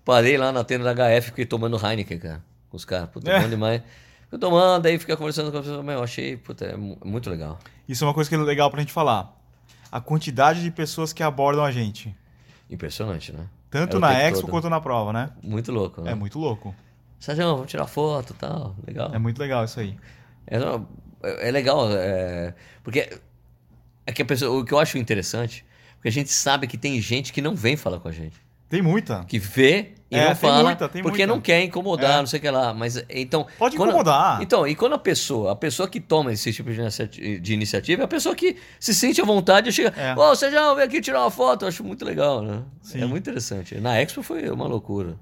Parei lá na tenda da HF, fiquei tomando Heineken, cara, com os caras. Puta,
É.
bom demais. Fui tomando, aí ficar conversando com a pessoa, mas eu achei, puta, é mu- muito legal.
Isso é uma coisa que é legal pra gente falar. A quantidade de pessoas que abordam a gente.
Impressionante, né?
Tanto
É o
na
tempo
Expo
todo.
quanto na prova, né?
Muito louco, né?
É muito louco.
Sérgio, vamos tirar foto e tal. Legal.
É muito legal isso aí.
É, não, é- é legal, é, porque é que a pessoa, o que eu acho interessante, porque a gente sabe que tem gente que não vem falar com a gente,
Tem muita.
que vê e
É,
não
tem
fala,
muita, tem
porque
muita.
não quer incomodar,
É. Ah.
não sei o que lá. Mas então
Pode
quando-
incomodar.
Então, e quando a pessoa, a pessoa que toma esse tipo de inicia- de iniciativa, é a pessoa que se sente à vontade e chega,
É.
ô, oh, Sérgio, vem aqui tirar uma foto, eu acho muito legal, né?
Sim.
É muito interessante. Na Expo foi uma loucura.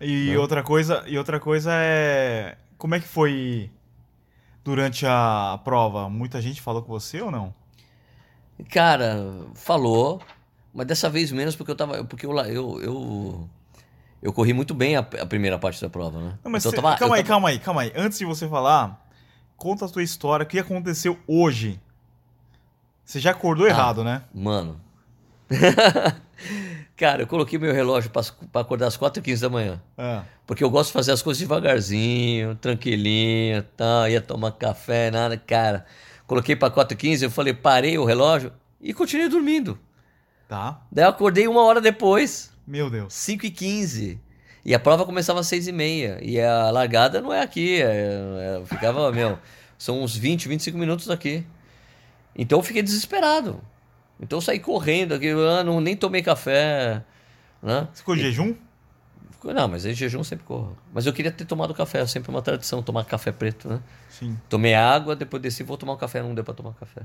E
né?
outra coisa, e outra coisa é como é que foi durante a prova? Muita gente falou com você ou não?
Cara, falou, mas dessa vez menos porque eu tava. Porque eu lá- eu, eu, eu corri muito bem a, a primeira parte da prova, né?
Não, mas
Então eu
cê-
tava-
calma
eu
aí,
tava-
calma aí, calma aí. Antes de você falar, conta a tua história, o que aconteceu hoje? Você
Ah.
já acordou errado, né?
Mano. Cara, eu coloquei meu relógio pra, pra acordar às 4h15 da manhã.
Ah,
Porque eu gosto de fazer as coisas devagarzinho, tranquilinho, tal, ia tomar café, nada, cara. Coloquei pra 4h15, eu falei, parei o relógio e continuei dormindo.
tá.
Daí eu acordei uma hora depois.
Meu Deus.
5 e 15 E a prova começava às 6 e meia. E a largada não é aqui. é- é- ficava, meu, são uns 20, 25 minutos daqui. Então eu fiquei desesperado. Então eu saí correndo aqui, ah, não, nem tomei café. Né?
Você ficou de jejum?
Não, mas em jejum eu sempre corro. Mas eu queria ter tomado café, é sempre uma tradição tomar café preto, né?
Sim.
Tomei água, depois desci, vou tomar um café, não deu pra tomar café.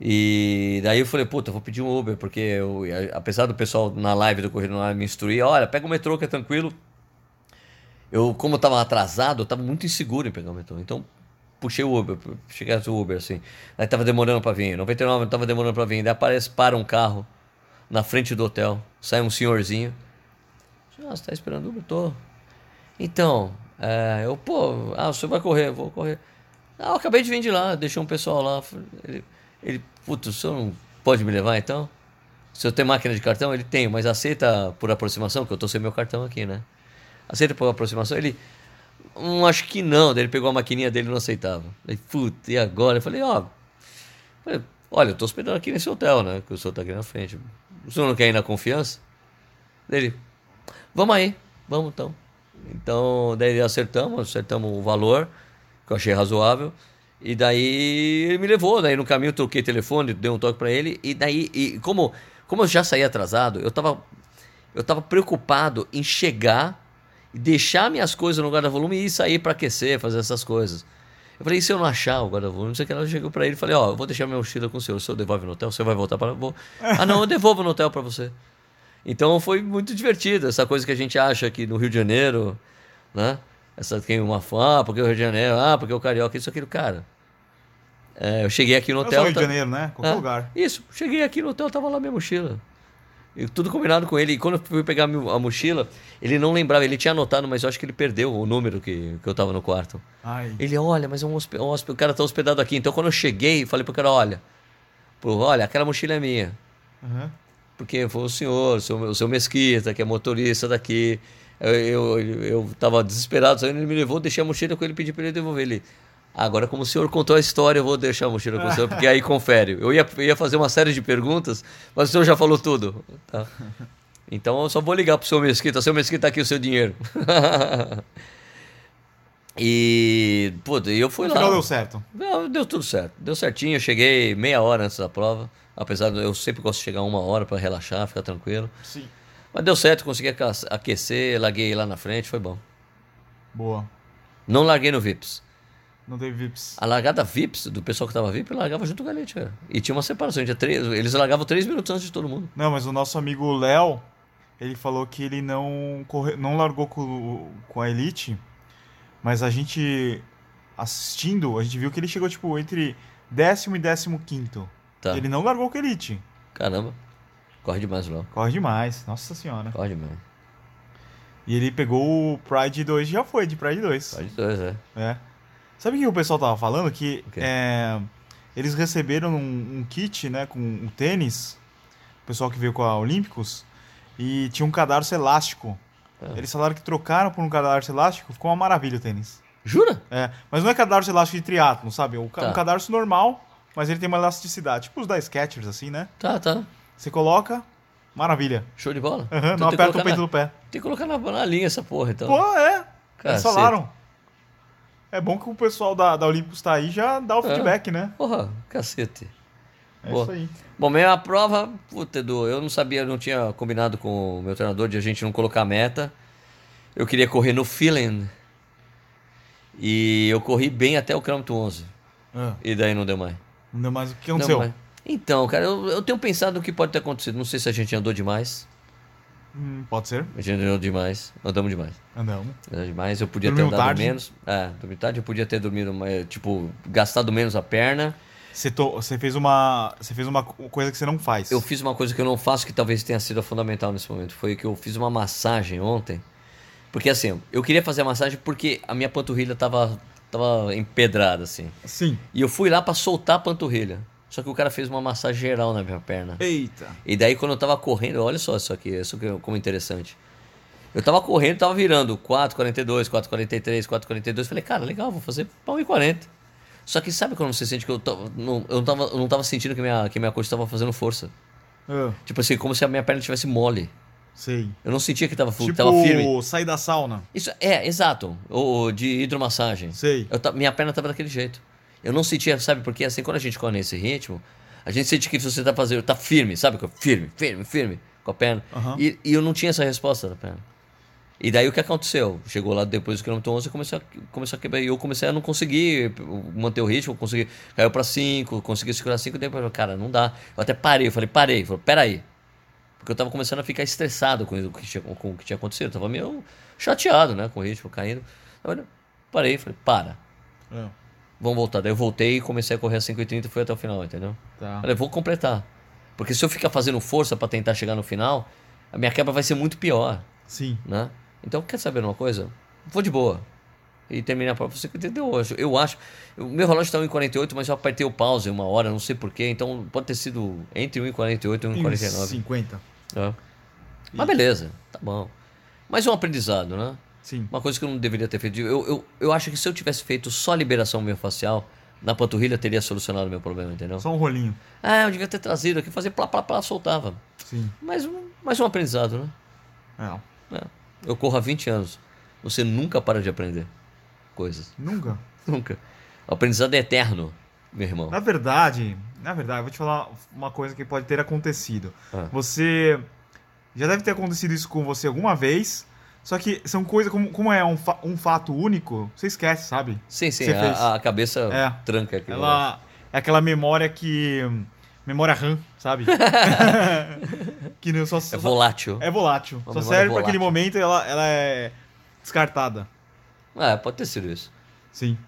E daí eu falei, puta, eu vou pedir um Uber, porque eu, a- apesar do pessoal na live do Correio Online me instruir, olha, pega o metrô que é tranquilo. Eu, como eu tava atrasado, eu tava muito inseguro em pegar o metrô. Então, puxei o Uber, pu- cheguei até o Uber, assim. Aí tava demorando pra vir, 99 tava demorando pra vir. Daí aparece, para um carro na frente do hotel, sai um senhorzinho. Ah, você tá esperando o Uber? Tô. Então, é, eu, pô, ah, o senhor vai correr, eu vou correr. Ah, eu acabei de vir de lá, deixou um pessoal lá. Ele, ele puto, o senhor não pode me levar então? O senhor tem máquina de cartão? Ele tem, mas aceita por aproximação, que eu tô sem meu cartão aqui, né? Aceita por aproximação? Ele, hum, acho que não. Daí ele pegou a maquininha dele e não aceitava. Daí, puta, e agora? Eu falei, ó, falei, olha, eu tô hospedando aqui nesse hotel, né? Que o senhor tá aqui na frente. O senhor não quer ir na confiança? Daí ele, Vamos aí, vamos então. Então, daí acertamos, acertamos o valor, que eu achei razoável. E daí ele me levou, daí no caminho eu troquei telefone, dei um toque pra ele. E daí, e como, como eu já saí atrasado, eu tava, eu tava preocupado em chegar, deixar minhas coisas no guarda-volume e sair pra aquecer, fazer essas coisas. Eu falei, e se eu não achar o guarda-volume? Não sei o que lá, eu cheguei pra ele e falei, ó, eu vou deixar minha mochila com o senhor, o senhor devolve no hotel, o senhor vai voltar para... Vou... Ah não, eu devolvo no hotel pra você. Então foi muito divertido, essa coisa que a gente acha aqui no Rio de Janeiro, né? Essa tem uma fã, porque o Rio de Janeiro, ah, porque o carioca, isso, aquilo, cara. É, eu cheguei aqui no
Não é
hotel.
só Rio de
tá-
Janeiro, né? Qualquer
ah,
lugar.
Isso, cheguei aqui no hotel, tava lá minha mochila. E tudo combinado com ele. E quando eu fui pegar mi- a mochila, ele não lembrava, ele tinha anotado, mas eu acho que ele perdeu o número que, que eu tava no quarto.
Ai.
Ele, olha, mas é um hosp- um hosp- o cara tá hospedado aqui. Então quando eu cheguei, falei pro cara, olha, pô, olha, aquela mochila é minha.
Aham.
Porque foi o senhor, o seu, o seu Mesquita, que é motorista daqui. Eu, eu, eu tava desesperado, saindo, ele me levou, deixei a mochila com ele, pedi pra ele devolver. Ele, agora como o senhor contou a história, eu vou deixar a mochila com o senhor, porque aí confere. Eu ia, eu ia fazer uma série de perguntas, mas o senhor já falou tudo. Tá. Então eu só vou ligar pro seu Mesquita, seu Mesquita, tá aqui o seu dinheiro. e, pô, e eu fui
No
lá.
final deu certo.
Não, deu tudo certo. Deu certinho, eu cheguei meia hora antes da prova. Apesar de eu sempre gosto de chegar uma hora para relaxar, ficar tranquilo.
Sim.
Mas deu certo, consegui aca- aquecer, larguei lá na frente, foi bom.
Boa.
Não larguei no VIPs.
Não teve VIPs.
A largada VIPs, do pessoal que tava VIP, eu largava junto com a Leite, cara. E tinha uma separação, tinha três, eles largavam três minutos antes de todo mundo.
Não, mas o nosso amigo Léo, ele falou que ele não, corre... não largou com, o- com a Elite, mas a gente assistindo, a gente viu que ele chegou tipo entre décimo e décimo quinto.
Tá,
Ele não largou com a Elite.
caramba. Corre demais, Léo.
Corre demais, nossa senhora.
Corre demais.
E ele pegou o Pride 2, já foi de Pride 2.
Corre de dois, é.
É. Sabe o que o pessoal tava falando? Que
O quê?
é, eles receberam um, um kit, né, com um tênis, o pessoal que veio com a Olímpicos, e tinha um cadarço elástico.
Ah.
Eles falaram que trocaram por um cadarço elástico, ficou uma maravilha o tênis.
Jura?
É, mas não é cadarço elástico de triatlon, sabe? O ca-
Tá.
Um cadarço normal, mas ele tem uma elasticidade, tipo os da Skechers, assim, né?
Tá, tá.
Você coloca, maravilha.
Show de bola.
Aham,
Então tem
não
que
aperta o
colocar
peito
na-
do pé.
Tem que colocar na, na linha essa porra, então.
Pô, é, eles
Cacete.
falaram. É bom que o pessoal da, da Olímpicos tá aí já dá o feedback, né?
Porra, cacete.
É
É. Boa.
isso aí.
Bom, minha prova, puta, Edu, eu não sabia, eu não tinha combinado com o meu treinador de a gente não colocar meta. Eu queria correr no feeling. E eu corri bem até o quilômetro 11. E daí não deu mais.
Ah, Não deu mais o que
Não,
aconteceu.
mas- Então, cara, eu, eu tenho pensado no que pode ter acontecido. Não sei se a gente andou demais.
Hum, pode ser. Ah,
A gente andou demais. Andamos demais.
Andamos.
Andamos demais. Eu podia
Dormiu
ter andado
tarde.
menos. É, dormi tarde. Eu podia ter dormido, mais- tipo, gastado menos a perna.
Você, to- você fez uma. Você fez uma co- coisa que você não faz.
Eu fiz uma coisa que eu não faço que talvez tenha sido fundamental nesse momento. Foi que eu fiz uma massagem ontem. Porque assim, eu queria fazer a massagem porque a minha panturrilha tava, tava empedrada, assim.
Sim.
E eu fui lá pra soltar a panturrilha. Só que o cara fez uma massagem geral na minha perna.
Eita.
E daí quando eu tava correndo, olha só isso aqui, isso que eu- como interessante. Eu tava correndo, tava virando 4,42, 4,43, 4,42. Falei, cara, legal, vou fazer 1,40. Só que sabe quando você sente que eu, to- não, eu, não, tava, eu não tava sentindo que minha, que minha coxa tava fazendo força?
Ah,
Tipo assim, como se a minha perna tivesse mole.
sei.
Eu não sentia que tava, fu-
Tipo,
tava firme.
sair da sauna.
Isso é, exato. Ou de hidromassagem.
Sei.
Eu ta- minha perna tava daquele jeito. Eu não sentia, sabe, porque assim, quando a gente corre nesse ritmo, a gente sente que você tá fazendo, tá firme, sabe? Firme, firme, firme com a perna.
Aham.
E, e eu não tinha essa resposta da perna. E daí o que aconteceu? Chegou lá depois do quilômetro 11 e começou a, começou a quebrar. E eu comecei a não conseguir manter o ritmo, consegui, caiu pra 5, consegui segurar 5, daí eu falei, cara, não dá. Eu até parei, eu falei, parei, eu falei, peraí. Porque eu tava começando a ficar estressado com o que tinha, com o que tinha acontecido. Eu tava meio chateado, né, com o ritmo caindo. Eu parei, falei, para,
Ah,
vamos voltar. Daí eu voltei e comecei a correr a 5h30 e fui até o final, entendeu?
tá.
Falei, vou completar. Porque se eu ficar fazendo força pra tentar chegar no final, a minha quebra vai ser muito pior,
Sim.
né? Então, quer saber uma coisa? Vou de boa. E terminei a prova com 5h30 de hoje. Eu acho. O meu relógio tá 1h48, mas eu apertei o pause uma hora, não sei porquê. Então pode ter sido entre 1h48 e 1h49.
50.
É. Mas beleza, tá bom. Mas é um aprendizado, né?
Sim.
Uma coisa que eu não deveria ter feito. Eu, eu, eu acho que se eu tivesse feito só a liberação miofascial na panturrilha, teria solucionado meu problema, entendeu?
Só um rolinho.
Ah, eu devia ter trazido aqui, fazer plá, plá, plá, soltava.
Sim.
Mais um, mais um aprendizado, né?
É.
É. Eu corro há 20 anos. Você nunca para de aprender coisas.
Nunca.
Nunca. O aprendizado é eterno, meu irmão.
Na verdade, na verdade, eu vou te falar uma coisa que pode ter acontecido.
Ah.
Você já deve ter acontecido isso com você alguma vez, só que são coisas como, como é um, fa- um fato único, você esquece, sabe?
Sim, sim,
Você
a-
fez.
a, a cabeça
É.
tranca aqui. né?
Ela é aquela memória que memória RAM, sabe? que não só
É volátil.
é volátil.
Uma
só
memória
serve para
volátil.
aquele momento, e ela ela é descartada.
Ah, pode ter sido isso.
Sim.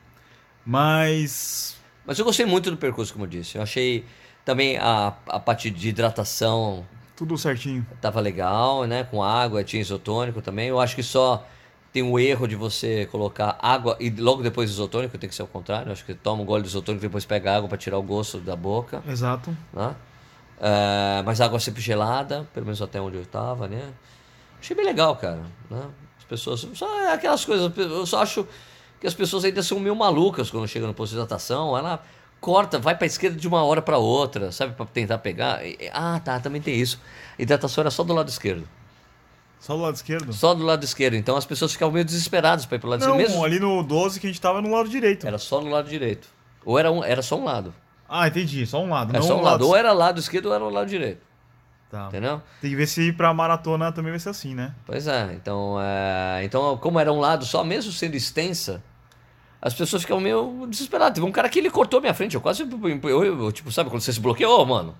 Mas
Mas eu gostei muito do percurso, como eu disse. Eu achei também a, a parte de hidratação
tudo certinho.
tava legal, né? Com água, tinha isotônico também. Eu acho que só tem o erro de você colocar água e logo depois isotônico, tem que ser o contrário. Eu acho que toma um gole de isotônico e depois pega água para tirar o gosto da boca,
Exato.
né? É, mas a água sempre gelada, pelo menos até onde eu tava, né? Achei bem legal, cara. Né? As pessoas. Só é aquelas coisas. Eu só acho que as pessoas ainda são meio malucas quando chegam no posto de hidratação. Ela corta, vai pra esquerda de uma hora pra outra, sabe? Pra tentar pegar. E- e- Ah, tá, também tem isso. Hidratação era só do lado esquerdo.
Só do lado esquerdo.
Só do lado esquerdo. Então as pessoas ficavam meio desesperadas pra ir pro lado
Hum. Não,
esquerdo. Mesmo
ali no 12 que a gente tava no lado direito.
era só no lado direito. Ou era, um, era só um lado.
Ah, entendi. Só um lado.
Era
não
É, só
o
um lado. Ou era lado esquerdo ou era o lado direito.
Tá.
Entendeu?
Tem que ver se pra maratona também vai ser assim, né?
Pois é. Então, é, então como era um lado só, mesmo sendo extensa, as pessoas ficam meio desesperadas. Teve um cara que ele cortou minha frente. Eu quase. Eu, eu- eu, tipo, sabe quando você se bloqueou, mano?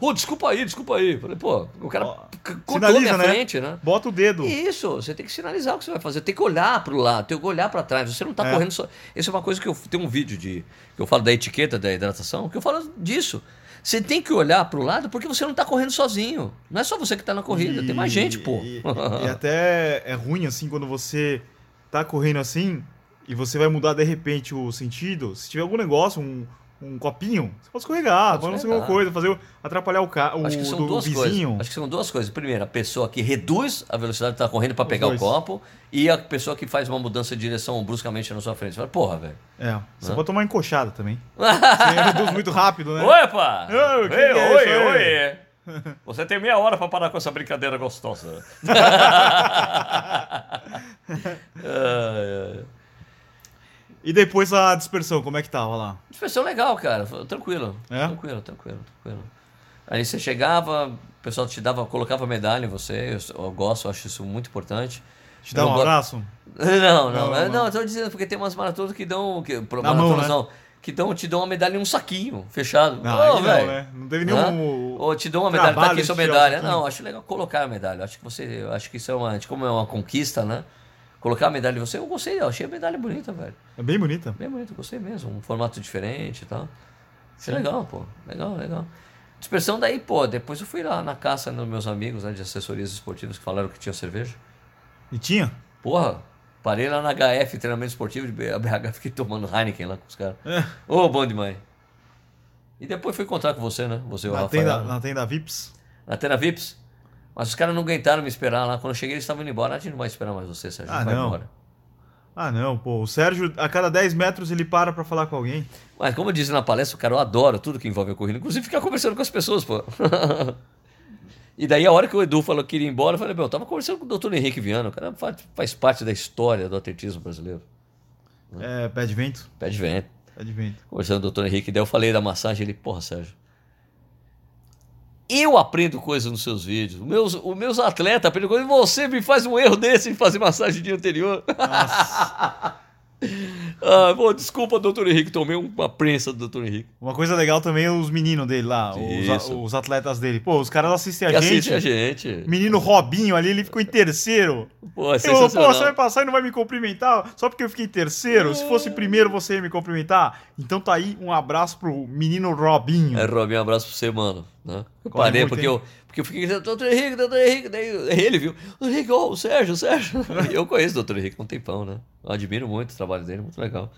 Ô, desculpa aí, desculpa aí. Falei, pô, o cara
É. Ó,
c- cortou
sinaliza,
minha
né?
frente, né?
Bota o dedo.
Isso, você tem que sinalizar o que você vai fazer, tem que olhar para o lado, tem que olhar para trás. Você não tá
É.
correndo só. Isso é uma coisa que eu tem um vídeo de que eu falo da etiqueta da hidratação, que eu falo disso. Você tem que olhar para o lado porque você não tá correndo sozinho. Não é só você que tá na corrida, tem mais gente, pô.
E, e- e até é ruim, assim, quando você tá correndo assim e você vai mudar de repente o sentido. Se tiver algum negócio, um, um copinho, você pode escorregar,
Pode
pode não ser
escorregar.
alguma coisa, fazer o- atrapalhar o carro,
Acho que são
o
duas
vizinho.
coisas. Acho que são duas coisas. Primeiro, a pessoa que reduz a velocidade que tá correndo para
Os
pegar
dois.
o copo e a pessoa que faz uma mudança de direção bruscamente na sua frente. Você fala, porra, velho.
É, você
Hã?
pode tomar encoxada também. Você reduz muito rápido, né?
Opa!
Ô, que que é isso aí?
oi! Você tem meia hora pra parar com essa brincadeira gostosa. Ai, ai.
E depois a dispersão, como é que tava lá?
Dispersão legal, cara. Foi Tranquilo.
É?
Tranquilo, tranquilo, tranquilo. Aí você chegava, o pessoal te dava, colocava medalha em você. Eu, eu gosto, eu acho isso muito importante.
Te dá
Eu
um
não go-
abraço?
Não, não,
Não,
não.
não.
Não, eu tô dizendo porque tem umas maratonas que dão. Que, pro-
Na mão,
maratonas
né?
não, que dão, te dão uma medalha em um saquinho, fechado.
Não,
Ô,
aí não,
velho.
né? Não teve
Hã?
nenhum.
Ou te dou uma medalha, tá
trabalho
aqui
de
sua
tirar o
medalha.
saquinho.
Não, acho legal colocar a medalha. Acho que você. eu Acho que isso é uma. Como é uma conquista, né? Colocar a medalha em você, eu gostei, eu achei a medalha bonita, velho.
É bem bonita.
Bem bonito, gostei mesmo. Um formato diferente e tal. Isso é legal, pô. Legal, legal. Dispersão daí, pô, depois eu fui lá na caça dos meus amigos, né, de assessorias esportivas que falaram que tinha cerveja.
E tinha?
Porra, parei lá na HF, treinamento esportivo de BH, fiquei tomando Heineken lá com os caras.
É.
Ô, bom demais. E depois fui encontrar com você, né? Você e o
Na
Rafael.
tenda,
né?
na tenda VIPs.
Na Tena Vips. Mas os caras não aguentaram me esperar lá. Quando eu cheguei, eles estavam indo embora. A gente não vai esperar mais você, Sérgio.
Ah,
vai
não.
embora.
Ah, não, pô. O Sérgio, a cada 10 metros, ele para pra falar com alguém.
Mas como eu disse na palestra, o cara, eu adoro tudo que envolve a corrida. Inclusive ficar conversando com as pessoas, pô. e daí a hora que o Edu falou que iria embora, eu falei, meu, eu tava conversando com o doutor Henrique Viana. O cara faz, faz parte da história do atletismo brasileiro. Hum.
É, pé de vento.
Pé de vento.
Pé de vento.
Conversando com o doutor Henrique, daí eu falei da massagem, ele, porra, Sérgio. Eu aprendo coisas nos seus vídeos. Os meus, os meus atletas aprendem coisas. E você me faz um erro desse de fazer massagem dia anterior.
Nossa.
Ah, pô, desculpa, doutor Henrique, tomei uma prensa do doutor Henrique.
Uma coisa legal também é os meninos dele lá, os, a-
Isso.
os atletas dele. Pô, os caras assistem É a
Que
gente.
assiste assim é a gente.
Menino Robinho ali, ele ficou em terceiro.
Pô, é
Eu, pô,
sensacional.
você vai passar e não vai me cumprimentar só porque eu fiquei em terceiro? Se fosse primeiro, você ia me cumprimentar? Então tá aí um abraço pro menino Robinho.
É, Robinho, um abraço pra você, mano. Né? Eu
Corre
parei
muito,
porque
hein?
eu, porque eu fiquei dizendo, doutor Henrique, doutor Henrique. Daí ele viu, doutor Henrique, ó, o Sérgio, o Sérgio. E eu conheço o doutor Henrique há um tempão, né? Eu admiro muito o trabalho dele, muito legal.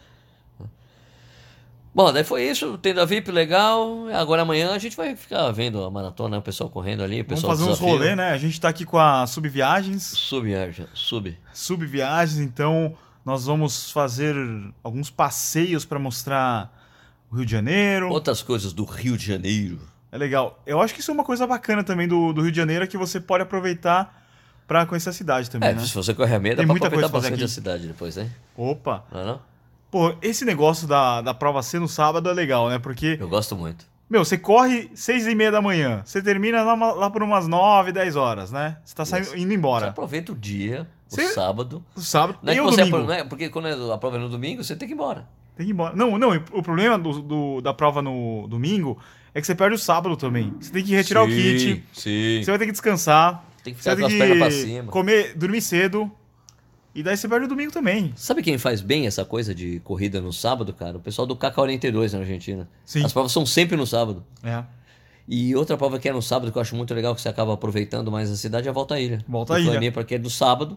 Bom, daí foi isso, tendo a VIP legal. Agora amanhã a gente vai ficar vendo a maratona, o pessoal correndo ali, o
Vamos
pessoal
fazer uns rolê, né? A gente tá aqui com a Subviagens.
Sub, Arja, sub.
subviagens, então nós vamos fazer alguns passeios para mostrar o Rio de Janeiro.
Outras coisas do Rio de Janeiro.
É legal. Eu acho que isso é uma coisa bacana também do, do Rio de Janeiro, é que você pode aproveitar para conhecer a cidade também,
É,
né?
se você correr a meia, dá
Tem
pra
muita coisa
aproveitar
pra fazer
bastante a
aqui.
cidade depois, né?
Opa!
Não é não?
Pô, esse negócio da, da prova ser no sábado é legal, né? Porque,
Eu gosto muito.
meu, você corre seis e meia da manhã, você termina lá, lá por umas nove, dez horas, né? Você tá saindo,
Isso.
indo
Você
embora.
aproveita o dia, o
Você-
sábado.
O sábado
Não é
e
que
o
você
domingo.
apro- não é- porque quando a prova é no domingo, você tem que ir embora.
Tem que ir embora. Não, não, o problema do, do- da prova no domingo é que você perde o sábado também. Você tem que retirar o kit,
Sim.
você vai ter que descansar,
Tem que
você
ficar com
vai
as pernas pra
ter que
cima.
comer, dormir cedo, e daí você perde o domingo também.
Sabe quem faz bem essa coisa de corrida no sábado, cara? O pessoal do KK42 na Argentina.
Sim.
As provas são sempre no sábado.
É.
E outra prova que é no sábado, que eu acho muito legal, que você acaba aproveitando mais a cidade, é a Volta à Ilha.
Volta à
Em
Ilha.
Floripa, que é do sábado.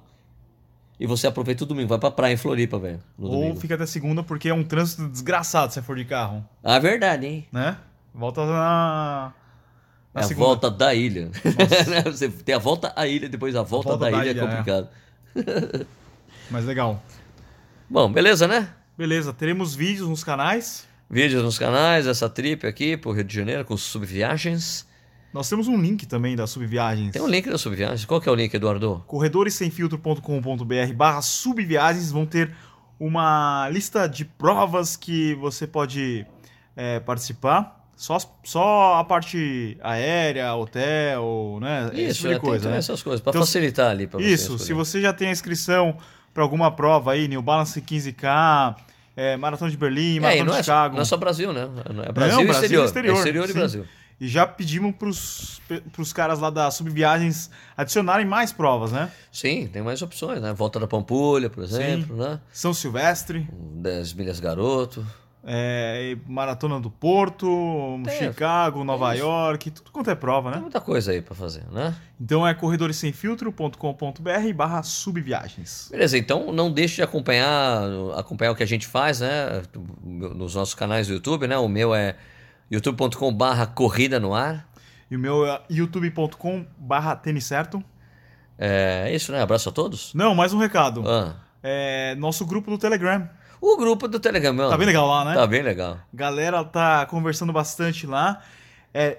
E você aproveita o domingo. Vai pra praia em Floripa, velho. No
Ou
domingo.
fica até segunda porque é um trânsito desgraçado se você for de carro,
Ah, verdade, hein?
né? Volta na, na
é a
segunda.
volta da ilha. você tem a volta à ilha, depois a volta,
volta
da,
da
ilha,
ilha,
é complicado.
Mas legal.
Bom, beleza, né?
Beleza, teremos vídeos nos canais.
vídeos nos canais, essa trip aqui pro Rio de Janeiro com subviagens.
Nós temos um link também da Subviagens.
Tem um link da subviagens. Qual que é o link, Eduardo?
corredoressemfiltro.com.br barra subviagens vão ter uma lista de provas que você pode é, participar. Só, as- só a parte aérea, hotel, né? Esse
Isso,
tipo
é,
de coisa,
tem,
né?
tem essas coisas, para
Então,
facilitar ali para você.
Isso, se
escolher.
você já tem a inscrição para alguma prova aí, New Balance 15K, é, Maratona de Berlim,
É, e
Maratona
não,
de
é,
Chicago.
não é só Brasil, né? É Brasil e
Brasil e
exterior.
exterior,
É exterior e
sim.
Brasil.
E já pedimos pros, pros caras lá da Subviagens adicionarem mais provas, né?
Sim, tem mais opções, né? Volta da Pampulha, por exemplo, né?
São Silvestre,
10 milhas garoto.
é, e Maratona do Porto,
Tem,
Chicago, Nova
isso.
York, tudo quanto é prova,
Tem
né?
muita coisa aí para fazer, né?
Então é corredoressemfiltro.com.br barra subviagens.
Beleza, então não deixe de acompanhar, acompanhar o que a gente faz, né? Nos nossos canais do YouTube, né? O meu é youtube.com/barra corrida no ar.
E o meu é youtube.com barra tênis certo.
É isso, né? Abraço a todos.
Não, mais um recado.
Ah,
É, nosso grupo do Telegram.
o grupo do Telegram, meu.
Tá bem legal lá, né?
Tá bem legal.
galera tá conversando bastante lá. É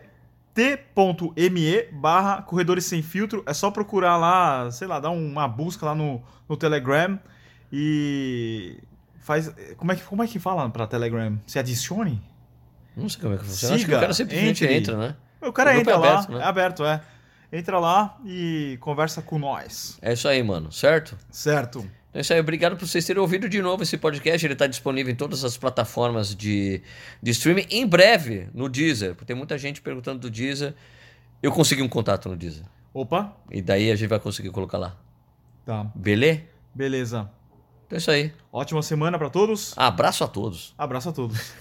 t.me barra Corredores Sem Filtro. É só procurar lá, sei lá, dar uma busca lá no, no Telegram e faz... Como é, que, como é que fala pra Telegram? Se adicione?
Não sei como é que funciona. Acho que
Siga,
o cara simplesmente
entre.
entra, né?
O cara
O grupo
entra
é
lá,
aberto, né?
é aberto, é. Entra lá e conversa com nós.
É isso aí, mano, certo?
Certo.
Então é isso aí, obrigado por vocês terem ouvido de novo esse podcast. Ele está disponível em todas as plataformas de, de streaming. Em breve, no Deezer, porque tem muita gente perguntando do Deezer. Eu consegui um contato no Deezer.
Opa,
E daí a gente vai conseguir colocar lá.
tá.
Beleza?
Beleza.
Então é isso aí.
Ótima semana pra todos.
Abraço a todos.
Abraço a todos.